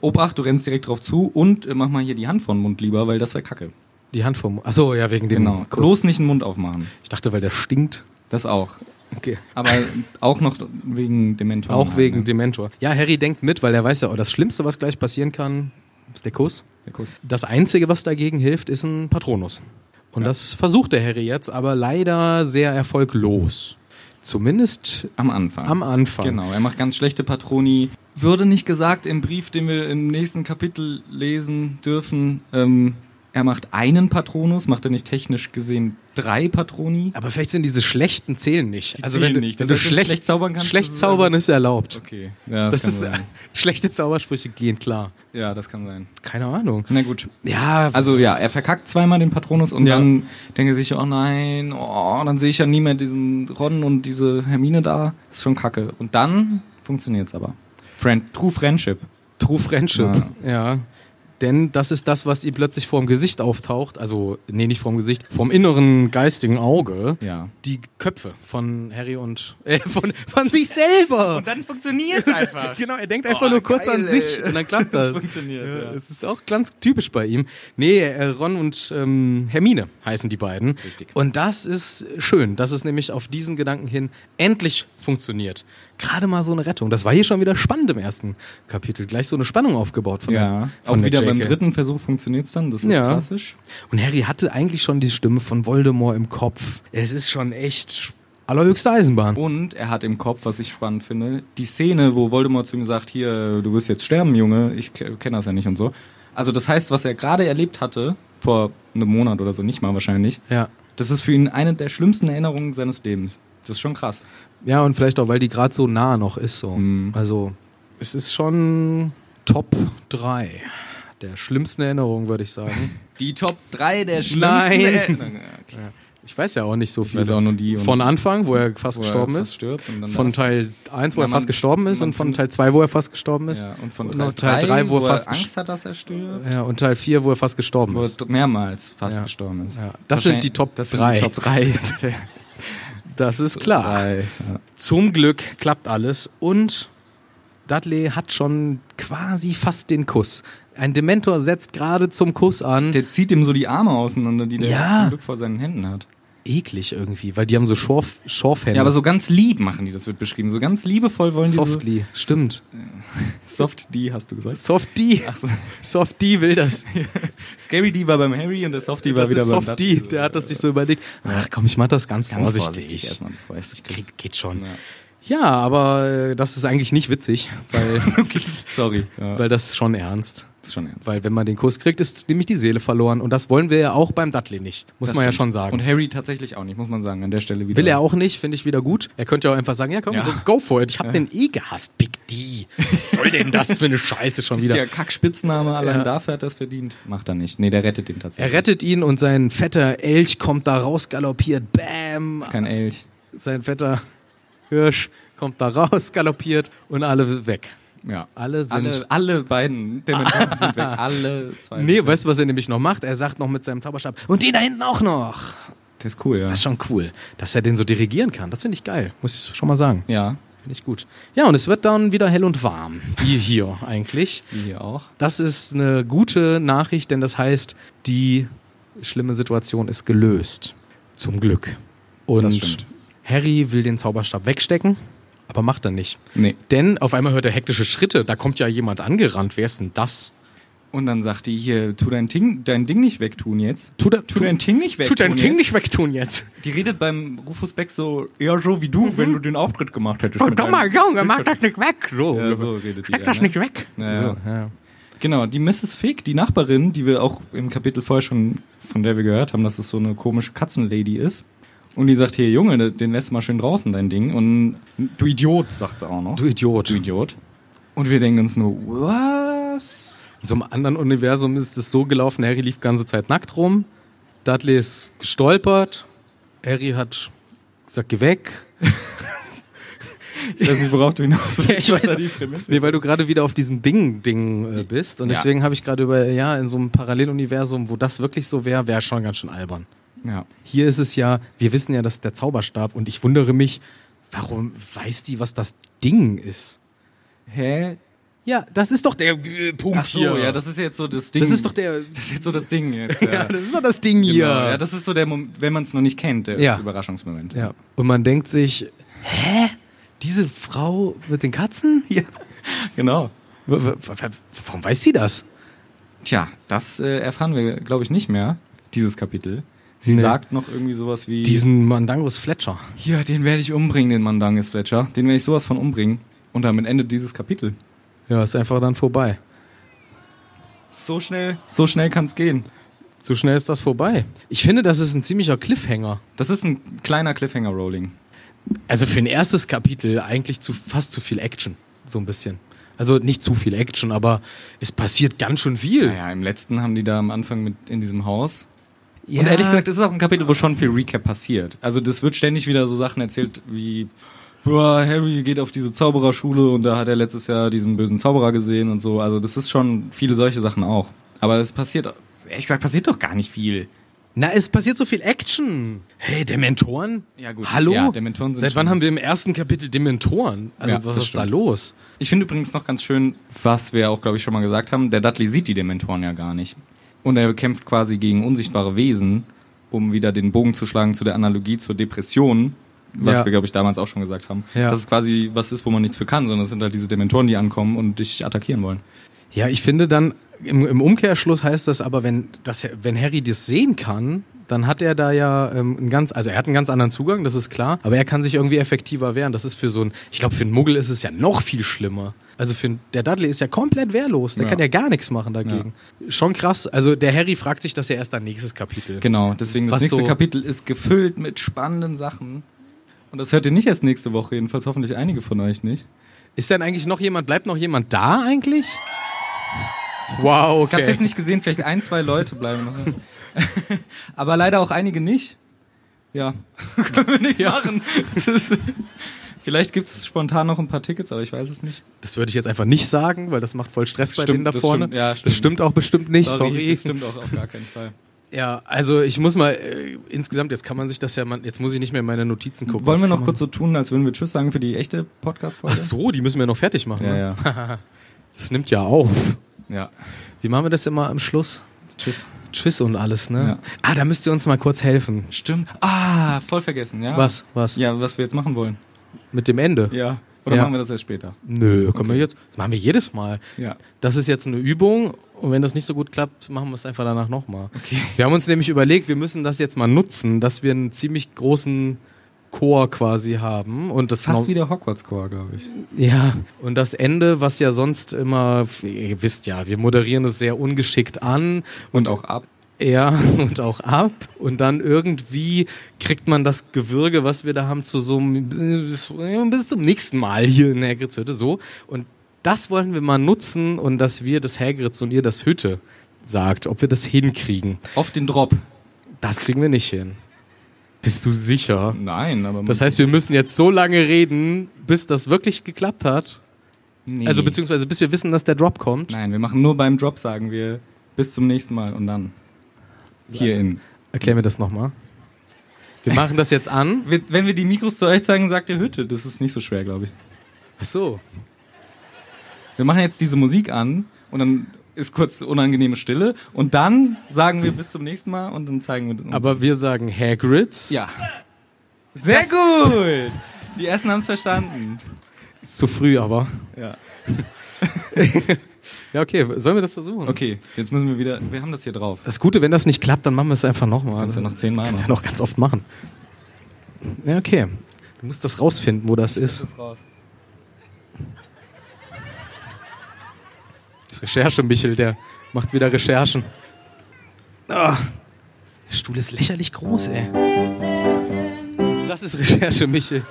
D: Obacht, du rennst direkt drauf zu und äh, mach mal hier die Hand vor den Mund lieber, weil das wäre Kacke.
C: Die Hand vom. Achso, ja, wegen dem.
D: Genau.
C: Kuss.
D: Bloß nicht den Mund aufmachen.
C: Ich dachte, weil der stinkt.
D: Das auch.
C: Okay. Oh,
D: Aber auch noch wegen Dementoren.
C: Auch
D: halt,
C: wegen
D: ne?
C: Dementor. Ja, Harry denkt mit, weil er weiß ja, oh, das Schlimmste, was gleich passieren kann, ist der Kuss.
D: Der Kuss.
C: Das Einzige, was dagegen hilft, ist ein Patronus. Und das versucht der Harry jetzt, aber leider sehr erfolglos. Zumindest
D: Am Anfang.
C: am Anfang.
D: Genau, er macht ganz schlechte Patroni. Würde nicht gesagt im Brief, den wir im nächsten Kapitel lesen dürfen, ähm, er macht einen Patronus, macht er nicht technisch gesehen drei Patroni?
C: Aber vielleicht sind diese schlechten Zählen nicht. also wenn
D: zählen
C: du,
D: nicht.
C: Wenn
D: Das
C: du
D: heißt, wenn du
C: schlecht,
D: schlecht zaubern kannst,
C: schlecht
D: ist es
C: zaubern ist erlaubt.
D: Okay, ja,
C: Das,
D: kann
C: ist
D: sein.
C: schlechte Zaubersprüche gehen klar.
D: Ja, das kann sein.
C: Keine Ahnung.
D: Na gut.
C: Ja,
D: Also ja, er verkackt zweimal den Patronus und
C: Ja.
D: dann denke ich, oh nein, oh, dann sehe ich ja nie mehr diesen Ron und diese Hermine da. Ist schon kacke. Und dann funktioniert's aber. Friend, true Friendship.
C: True Friendship. Ja. Denn das ist das, was ihm plötzlich vorm Gesicht auftaucht. Also, nee, nicht vorm Gesicht, vorm inneren geistigen Auge.
D: Ja.
C: Die Köpfe von Harry und äh, von, von sich selber.
D: Dann funktioniert's einfach. Oh,
C: Genau, er denkt einfach nur kurz an sich und dann klappt das.
D: funktioniert,
C: Ja,
D: ja.
C: Es ist auch ganz typisch bei ihm. Nee, äh, Ron und ähm, Hermine heißen die beiden. Und das ist schön, dass es nämlich auf diesen Gedanken hin endlich funktioniert. Gerade mal so eine Rettung. Das war hier schon wieder spannend im ersten Kapitel. Gleich so eine Spannung aufgebaut von
D: ja.
C: der, von
D: auch
C: der
D: wieder beim
C: JK.
D: dritten Versuch funktioniert's dann. Das ist
C: Ja.
D: klassisch.
C: Und Harry hatte eigentlich schon die Stimme von Voldemort im Kopf. Es ist schon echt allerhöchste Eisenbahn.
D: Und er hat im Kopf, was ich spannend finde, die Szene, wo Voldemort zu ihm sagt, hier, du wirst jetzt sterben, Junge, ich kenne das ja nicht und so. Also das heißt, was er gerade erlebt hatte, vor einem Monat oder so, nicht mal wahrscheinlich,
C: Ja.
D: das ist für ihn eine der schlimmsten Erinnerungen seines Lebens. Das ist schon krass.
C: Ja, und vielleicht auch, weil die gerade so nah noch ist. So.
D: Mhm.
C: Also, es ist schon Top 3 der schlimmsten Erinnerung, würde ich sagen.
D: Die Top 3 der schlimmsten
C: Nein.
D: Erinnerungen. Okay.
C: Ich weiß ja auch nicht so
D: Ich
C: viel.
D: weiß auch nur die. und-
C: Von Anfang, wo er fast
D: wo er
C: gestorben
D: fast
C: ist.
D: Stirbt und dann
C: Von
D: das.
C: Teil 1, wo
D: Ja,
C: er fast
D: man-
C: gestorben ist.
D: man
C: Und von
D: findet-
C: Teil 2, wo er fast gestorben ist.
D: Ja, und von
C: Und
D: Teil,
C: noch Teil
D: 3,
C: drei, wo er
D: wo
C: fast
D: er Angst hat, dass er stirbt.
C: Ja. und Teil 4, wo er fast gestorben
D: Wo
C: ist.
D: er mehrmals fast
C: Ja.
D: gestorben ist.
C: Ja. Das sind die Top
D: das
C: 3.
D: Sind die Top 3.
C: Das ist klar.
D: Ja.
C: Zum Glück klappt alles und Dudley hat schon quasi fast den Kuss. Ein Dementor setzt gerade zum Kuss an.
D: Der zieht ihm so die Arme auseinander, die der
C: Ja.
D: zum Glück vor seinen Händen hat.
C: Eklig irgendwie, weil die haben so Schorf, Schorfhände.
D: Ja, aber so ganz lieb machen die, das wird beschrieben. So ganz liebevoll wollen
C: Softly, stimmt.
D: die so. Soft D, hast du gesagt.
C: Soft D.
D: so.
C: Soft D will das.
D: Scary D war beim Harry und der Soft D war
C: das
D: wieder
C: ist
D: beim
C: Soft D. Der hat das sich so überlegt. Ach komm, ich mach das ganz,
D: ganz vorsichtig,
C: vorsichtig.
D: erstmal, bevor ich dich küsse.
C: Geht, geht schon.
D: Ja.
C: Ja, aber äh, das ist eigentlich nicht witzig, weil,
D: Sorry, ja,
C: weil das ist schon ernst.
D: ist schon ernst.
C: Weil wenn man den Kuss kriegt, ist nämlich die Seele verloren. Und das wollen wir ja auch beim Dudley nicht. Muss
D: Das
C: man ja
D: stimmt.
C: schon sagen.
D: Und Harry tatsächlich auch nicht, muss man sagen, an der Stelle wieder.
C: Will er auch nicht, finde ich wieder gut. Er könnte ja auch einfach sagen, ja komm, go for it. Ich hab den eh gehasst, Big D. Was soll denn das für eine Scheiße schon
D: Ist
C: wieder?
D: ja Kackspitzname, allein dafür hat er es verdient. Macht er nicht. Nee, der rettet ihn
C: Er
D: tatsächlich.
C: rettet ihn und sein fetter Elch kommt da raus, galoppiert, bam.
D: ist kein Elch.
C: Sein fetter Hirsch kommt da raus, galoppiert und alle weg.
D: Ja.
C: Alle sind...
D: Alle, alle beiden Dementoren sind weg. Alle zwei.
C: Nee, weißt du, was er nämlich noch macht? Er sagt noch mit seinem Zauberstab, und den da hinten auch noch.
D: Das ist cool, ja.
C: Das ist schon cool, dass er den so dirigieren kann. Das finde ich geil, muss ich schon mal sagen.
D: Ja,
C: Finde ich gut. Ja, und es wird dann wieder hell und warm. Wie hier eigentlich.
D: wie hier auch.
C: Das ist eine gute Nachricht, denn das heißt, die schlimme Situation ist gelöst. Zum Glück.
D: Das
C: Und
D: stimmt.
C: Harry will den Zauberstab wegstecken, aber macht er nicht.
D: Nee.
C: Denn auf einmal hört er hektische Schritte. Da kommt ja jemand angerannt. Wer ist denn das?
D: Und dann sagt die hier, tu dein, Ting, dein Ding nicht wegtun jetzt.
C: Tu da- tu-
D: dein Ting nicht
C: Tut
D: wegtun
C: dein Ding
D: jetzt.
C: nicht wegtun jetzt.
D: Die redet beim Rufus Beck so, eher so wie
C: Mhm.
D: du, wenn du den Auftritt gemacht hättest.
C: Oh,
D: mit deinem-
C: Junge, mach das nicht weg. So,
D: Ja, so redet die.
C: Steck
D: ja,
C: Oh, das
D: ne?
C: nicht weg.
D: Ja,
C: So,
D: ja.
C: ja.
D: Genau, die Mrs. Fig, die Nachbarin, die wir auch im Kapitel vorher schon, von der wir gehört haben, dass es so eine komische Katzenlady ist. Und die sagt, hier Junge, ne, den lässt du mal schön draußen, dein Ding. Und du Idiot, sagt sie auch noch.
C: Du Idiot.
D: Du Idiot. Und wir denken uns nur, was?
C: In so einem anderen Universum ist es so gelaufen, Harry lief die ganze Zeit nackt rum, Dudley ist gestolpert, Harry hat gesagt, geh weg.
D: Ich weiß nicht, worauf du hinaus willst.
C: ich weiß-
D: Was da die Prämisse
C: Nee, weil du gerade wieder auf diesem Ding-Ding äh, bist und
D: Ja.
C: deswegen habe ich gerade über, ja, in so einem Paralleluniversum, wo das wirklich so wäre, wäre schon ganz schön albern.
D: ist. Ja.
C: Hier ist es ja, wir wissen ja, das ist der Zauberstab und ich wundere mich, warum weiß die, was das Ding ist?
D: Hä?
C: Ja, das ist doch der äh, Punkt
D: Ach so,
C: hier.
D: ja, das ist jetzt so das Ding.
C: Das ist doch der,
D: Das ist jetzt so das Ding jetzt. Ja,
C: das ist doch das Ding
D: Genau,
C: hier.
D: ja das ist so der Moment, wenn man es noch nicht kennt, der
C: Ja.
D: das Überraschungsmoment.
C: Ja. Und man denkt sich, hä? Diese Frau mit den Katzen? Ja.
D: Genau.
C: Warum weiß sie das?
D: Tja, das äh, erfahren wir, glaube ich, nicht mehr, dieses Kapitel. Sie
C: Nee.
D: sagt noch irgendwie sowas wie...
C: Diesen Mandangos Fletcher.
D: ja, den werde ich umbringen, den Mandanges Fletcher. Den werde ich sowas von umbringen. Und damit endet dieses Kapitel.
C: Ja, ist einfach dann vorbei.
D: So schnell, so schnell kann es gehen.
C: So schnell ist das vorbei. Ich finde, das ist ein ziemlicher Cliffhanger.
D: Das ist ein kleiner Cliffhanger-Rolling.
C: Also für ein erstes Kapitel eigentlich zu, fast zu viel Action. So ein bisschen. Also nicht zu viel Action, aber es passiert ganz schön viel.
D: Naja, im letzten haben die da am Anfang mit in diesem Haus. Und ehrlich gesagt, das ist auch ein Kapitel, wo schon viel Recap passiert. Also das wird ständig wieder so Sachen erzählt wie, boah, Harry geht auf diese Zaubererschule und da hat er letztes Jahr diesen bösen Zauberer gesehen und so. Also das ist schon viele solche Sachen auch. Aber es passiert, ehrlich gesagt, passiert doch gar nicht viel.
C: Na, es passiert so viel Action. Hey, Dementoren?
D: Ja, gut.
C: Hallo?
D: Ja, Dementoren sind
C: Seit wann
D: schon-
C: haben wir im ersten Kapitel Dementoren? Also
D: Ja,
C: was
D: das
C: ist da
D: stimmt.
C: los?
D: Ich finde übrigens noch ganz schön, was wir auch, glaube ich, schon mal gesagt haben, der Dudley sieht die Dementoren ja gar nicht. Und er kämpft quasi gegen unsichtbare Wesen, um wieder den Bogen zu schlagen zu der Analogie zur Depression, was
C: Ja.
D: wir, glaube ich, damals auch schon gesagt haben.
C: Ja.
D: Das ist quasi was ist, wo man nichts für kann, sondern es sind halt diese Dementoren, die ankommen und dich attackieren wollen.
C: Ja, ich finde dann, im, im Umkehrschluss heißt das aber, wenn, dass, wenn Harry das sehen kann, dann hat er da ja ähm, einen ganz, also er hat einen ganz anderen Zugang, das ist klar, aber er kann sich irgendwie effektiver wehren. Das ist für so ein, ich glaube, für einen Muggel ist es ja noch viel schlimmer. Also für einen- der Dudley ist ja komplett wehrlos, der kann ja gar nichts machen dagegen. Schon krass. Also der Harry fragt sich das ja erst dann nächstes Kapitel.
D: Genau, deswegen das
C: Was
D: nächste
C: so-
D: Kapitel ist gefüllt mit spannenden Sachen. Und das hört ihr nicht erst nächste Woche, jedenfalls hoffentlich einige von euch nicht.
C: Ist denn eigentlich noch jemand, bleibt noch jemand da eigentlich? Wow,
D: Ich habe
C: okay.
D: es jetzt nicht gesehen, vielleicht ein, zwei Leute bleiben noch. Aber leider auch einige nicht. Ja, können wir nicht machen. Es ist- vielleicht gibt es spontan noch ein paar Tickets, aber ich weiß es nicht.
C: Das würde ich jetzt einfach nicht sagen, weil das macht voll Stress
D: Das
C: bei
D: stimmt,
C: denen da
D: das
C: vorne.
D: stimmt, ja,
C: Das
D: stimmt.
C: stimmt auch bestimmt nicht, sorry.
D: Das stimmt auch auf gar keinen Fall.
C: Ja, also ich muss mal äh, insgesamt, jetzt kann man sich das ja, man, jetzt muss ich nicht mehr in meine Notizen gucken.
D: Wollen wir
C: Jetzt
D: noch
C: kann man-
D: kurz so tun, als würden wir Tschüss sagen für die echte Podcast-Folge?
C: Ach so, die müssen wir noch fertig machen.
D: Ja,
C: ne?
D: ja.
C: Das nimmt ja auf.
D: ja.
C: Wie machen wir das immer am Schluss?
D: Tschüss.
C: Tschüss und alles, ne?
D: Ja.
C: Ah, da müsst ihr uns mal kurz helfen.
D: Stimmt. Ah, voll vergessen, ja.
C: Was, was?
D: Ja, was wir jetzt machen wollen.
C: Mit dem Ende?
D: Ja. Oder
C: Ja.
D: machen wir das erst später?
C: Nö, kommen wir jetzt. Das machen wir jedes Mal.
D: Ja.
C: Das ist jetzt eine Übung und wenn das nicht so gut klappt, machen wir es einfach danach nochmal. Okay. Wir haben uns nämlich überlegt, wir müssen das jetzt mal nutzen, dass wir einen ziemlich großen Chor quasi haben und das
D: Fast
C: nor-
D: wie der Hogwarts-Chor, glaube ich.
C: ja und das Ende, was ja sonst immer ihr wisst ja, wir moderieren es sehr ungeschickt an
D: Und auch ab.
C: ja, und auch ab. Und dann irgendwie kriegt man das Gewürge, was wir da haben, zu so einem, bis, bis zum nächsten Mal hier in Hagrids Hütte, so. Und das wollen wir mal nutzen und dass wir das Hagrids und ihr das Hütte sagt, ob wir das hinkriegen.
D: Auf den Drop.
C: Das kriegen wir nicht hin. Bist du sicher?
D: Nein, aber.
C: Das heißt, wir müssen jetzt so lange reden, bis das wirklich geklappt hat.
D: nee.
C: Also beziehungsweise bis wir wissen, dass der Drop kommt.
D: Nein, wir machen nur beim Drop, sagen wir. Bis zum nächsten Mal und dann. Hier in.
C: Erklär mir das nochmal. Wir machen das jetzt an.
D: Wir- Wenn wir die Mikros zu euch zeigen, sagt ihr Hütte. Das ist nicht so schwer, glaube ich.
C: Ach so.
D: Wir machen jetzt diese Musik an und dann ist kurz unangenehme Stille und dann sagen wir bis zum nächsten Mal und dann zeigen wir.
C: Aber wir sagen Hagrids.
D: Ja. Sehr gut! Die ersten haben es verstanden.
C: Ist zu früh, aber.
D: Ja.
C: Ja, okay. Sollen wir das versuchen?
D: Okay, jetzt müssen wir wieder. Wir haben das hier drauf.
C: Das Gute, wenn das nicht klappt, dann machen wir es einfach nochmal.
D: Kannst du noch zehnmal
C: Kannst ja
D: machen.
C: noch ganz oft machen. Ja, okay. Du musst das rausfinden, wo das ist.
D: ist raus.
C: Das Recherche-Michel, der macht wieder Recherchen. Ah, der Stuhl ist lächerlich groß, ey. Das ist Recherche-Michel.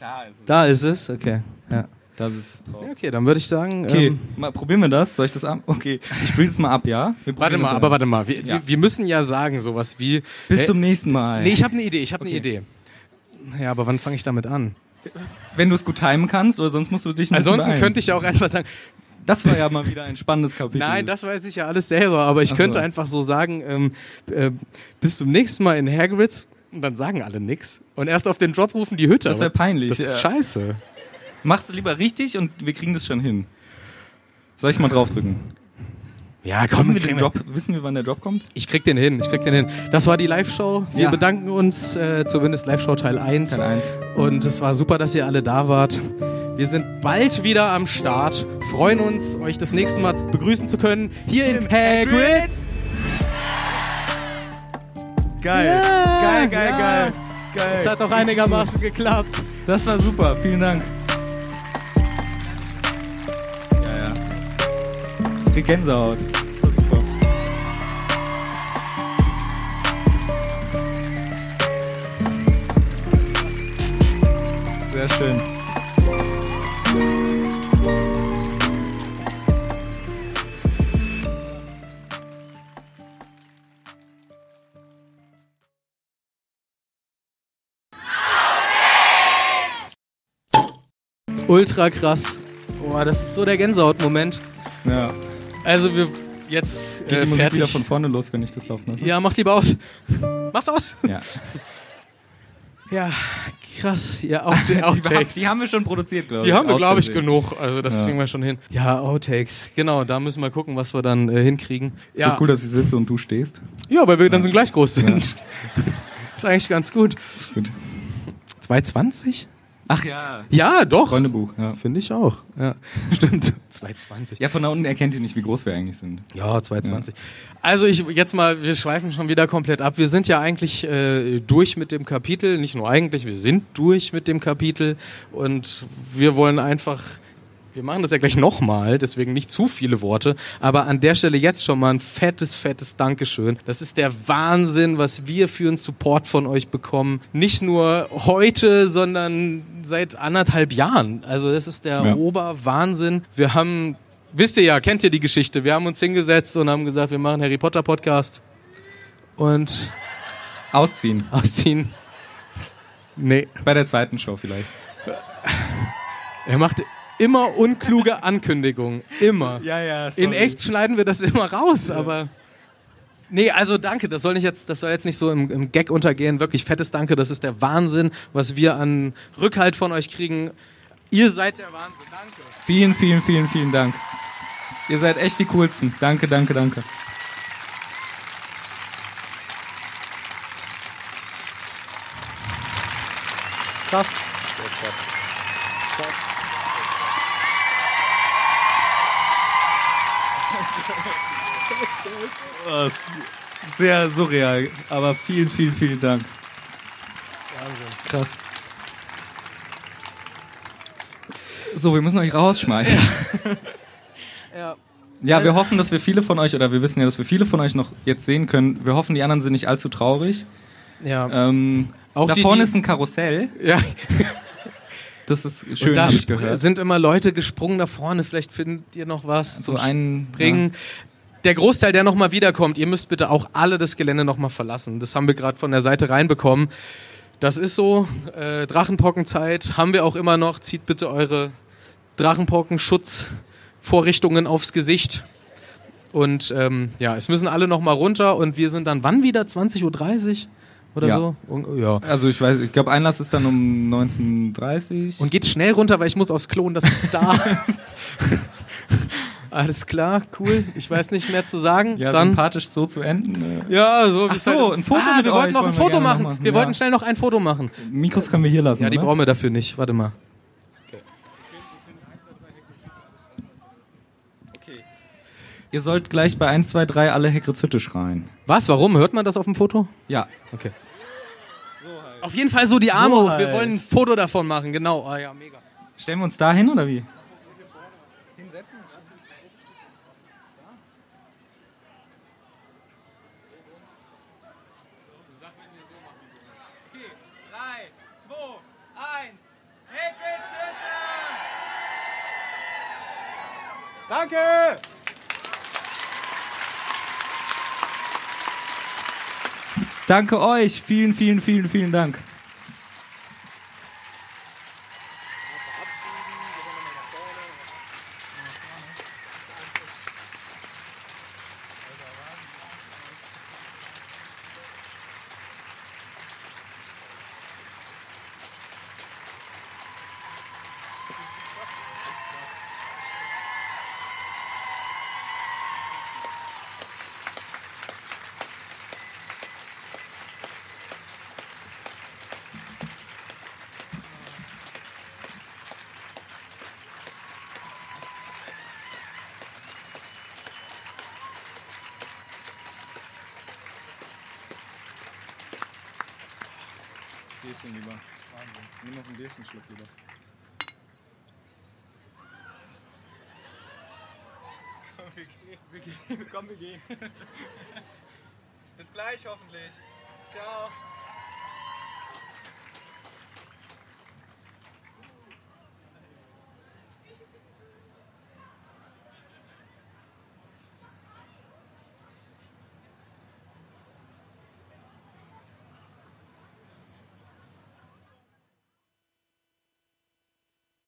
D: Da ist es.
C: Da ist es, okay. Ja.
D: Da sitzt es drauf.
C: Ja, Okay, dann würde ich sagen.
D: Okay,
C: Ähm,
D: mal, probieren wir das. Soll ich das ab? Okay, ich spiele es mal ab, ja? Wir
C: warte
D: probieren
C: mal,
D: das
C: aber
D: ab.
C: warte mal. Wir,
D: Ja.
C: wir, wir müssen ja sagen, sowas wie.
D: Bis
C: Hey,
D: zum nächsten Mal.
C: Nee, ich habe eine Idee, ich habe eine Idee. Ja, aber wann fange ich damit an?
D: Wenn du es gut timen kannst, oder sonst musst du dich ein bisschen
C: Ansonsten
D: beeilen.
C: könnte ich ja auch einfach sagen,
D: Das war ja mal wieder ein spannendes Kapitel.
C: nein, das weiß ich ja alles selber, aber ich
D: Ach so.
C: könnte einfach so sagen, ähm, äh, bis zum nächsten Mal in Hagrids und dann sagen alle nix und erst auf den Drop rufen die Hütte.
D: Das wär
C: Aber
D: peinlich,
C: Das ist
D: ja.
C: scheiße.
D: Mach's lieber richtig und wir kriegen das schon hin. Soll ich mal draufdrücken?
C: Ja,
D: Haben
C: komm,
D: wir
C: kriegen
D: den
C: wir-
D: Drop? Wissen wir, wann der Drop kommt?
C: ich krieg den hin, ich krieg den hin. Das war die Live-Show. Wir
D: Ja.
C: bedanken uns, äh, zumindest Live-Show Teil 1.
D: Teil 1.
C: Und es war super, dass ihr alle da wart. Wir sind bald wieder am Start. Freuen uns, euch das nächste Mal begrüßen zu können. Hier in Hagrids.
D: Geil.
C: Ja,
D: geil, geil,
C: ja.
D: geil. Geil.
C: Es hat doch einigermaßen geklappt.
D: Das war super. Vielen Dank. Ja, ja. Ich krieg Gänsehaut. Das war super. Sehr schön.
C: Ultra krass. Boah, das ist so der Gänsehaut-Moment.
D: Ja.
C: Also wir jetzt
D: Geht
C: äh,
D: die Musik
C: fertig.
D: wieder von vorne los, wenn ich das laufen lasse?
C: ja, mach's lieber aus. Mach's aus.
D: ja.
C: Ja, krass. Ja, auch die Outtakes.
D: Die haben wir schon produziert, glaube ich.
C: Die haben wir,
D: Aus
C: glaube ich,
D: Versehen.
C: genug. Also das
D: Ja.
C: kriegen wir schon hin. Ja, Outtakes. Genau, da müssen wir gucken, was wir dann äh, hinkriegen.
D: Ist
C: ja.
D: das cool, dass ich sitze und du stehst?
C: Ja, weil wir dann so gleich groß sind. ist eigentlich ganz gut.
D: Gut.
C: 2,20?
D: Ach ja.
C: Ja, doch.
D: Freundebuch, ja.
C: Finde ich auch. Ja, stimmt. 220.
D: Ja, von da unten erkennt ihr nicht, wie groß wir eigentlich sind.
C: Ja, 220. Also ich jetzt mal, wir schweifen schon wieder komplett ab. Wir sind ja eigentlich äh, durch mit dem Kapitel. Nicht nur eigentlich, wir sind durch mit dem Kapitel. Und wir wollen einfach, wir machen das ja gleich nochmal, deswegen nicht zu viele Worte. Aber an der Stelle jetzt schon mal ein fettes, fettes Dankeschön. Das ist der Wahnsinn, was wir für einen Support von euch bekommen. Nicht nur heute, sondern seit anderthalb Jahren. Also das ist der
D: Ja.
C: Oberwahnsinn. Wir haben wisst ihr ja, kennt ihr die Geschichte. Wir haben uns hingesetzt und haben gesagt, wir machen Harry Potter Podcast und
D: Ausziehen.
C: ausziehen. Nee.
D: Bei der zweiten Show vielleicht.
C: Er macht immer unkluge Ankündigungen. Immer.
D: Ja, ja.
C: In echt schneiden wir das immer raus, aber. Nee, also danke, das soll nicht jetzt, das soll jetzt nicht so im, im Gag untergehen. Wirklich fettes Danke, das ist der Wahnsinn, was wir an Rückhalt von euch kriegen. Ihr seid der Wahnsinn, danke.
D: Vielen, vielen, vielen, vielen Dank. Ihr seid echt die coolsten. Danke, danke, danke.
C: Krass.
D: Sehr surreal, aber vielen, vielen, vielen Dank.
C: Krass.
D: So, wir müssen euch rausschmeißen.
C: Ja.
D: Ja, wir hoffen, dass wir viele von euch, oder wir wissen ja, dass wir viele von euch noch jetzt sehen können. Wir hoffen, die anderen sind nicht allzu traurig.
C: Ja.
D: Ähm,
C: Auch
D: da
C: die,
D: vorne
C: die-
D: ist ein Karussell.
C: ja.
D: Das ist
C: Und
D: schön,
C: da
D: hab ich
C: sp-
D: gehört.
C: sind immer Leute gesprungen da vorne. Vielleicht findet ihr noch was
D: So
C: zum
D: ein
C: Springen. Der Großteil, der nochmal wiederkommt, ihr müsst bitte auch alle das Gelände nochmal verlassen. Das haben wir gerade von der Seite reinbekommen. Das ist so. Äh, Drachenpockenzeit haben wir auch immer noch. Zieht bitte eure Drachenpockenschutzvorrichtungen aufs Gesicht. Und ähm, ja, es müssen alle nochmal runter und wir sind dann wann wieder? 20.30 Uhr oder
D: Ja.
C: so? Und, ja.
D: Ja. Also ich weiß, ich glaube, Einlass ist dann um 19.30
C: Und geht schnell runter, weil ich muss aufs Klo und das ist da. Alles klar, cool. Ich weiß nicht mehr zu sagen.
D: ja,
C: Dann
D: sympathisch so zu enden. äh,
C: ja, so.
D: Ach so, ein Foto
C: Ah,
D: mit
C: wir wollten
D: euch
C: noch ein
D: wollen wir
C: Foto
D: gerne
C: machen.
D: noch machen,
C: Wir
D: ja.
C: wollten schnell noch ein Foto machen.
D: Mikros können wir hier lassen,
C: Ja, die
D: oder?
C: brauchen wir dafür nicht. Warte mal.
D: Ihr sollt gleich bei 1, 2, 3 alle Heckritz Hütte schreien.
C: Was? Warum? Hört man das auf dem Foto?
D: Ja.
C: Okay. Auf jeden Fall so die Arme
D: So
C: hoch. Wir
D: halt.
C: wollen ein Foto davon machen, genau. Ah ja, mega.
D: Stellen wir uns da hin, oder wie? Danke euch. Vielen, vielen, vielen, vielen Dank. Bierchen lieber. Nimm noch einen Bierchenschluck lieber. Komm, wir gehen. Wir gehen. Komm, wir gehen. Bis gleich hoffentlich. Ciao.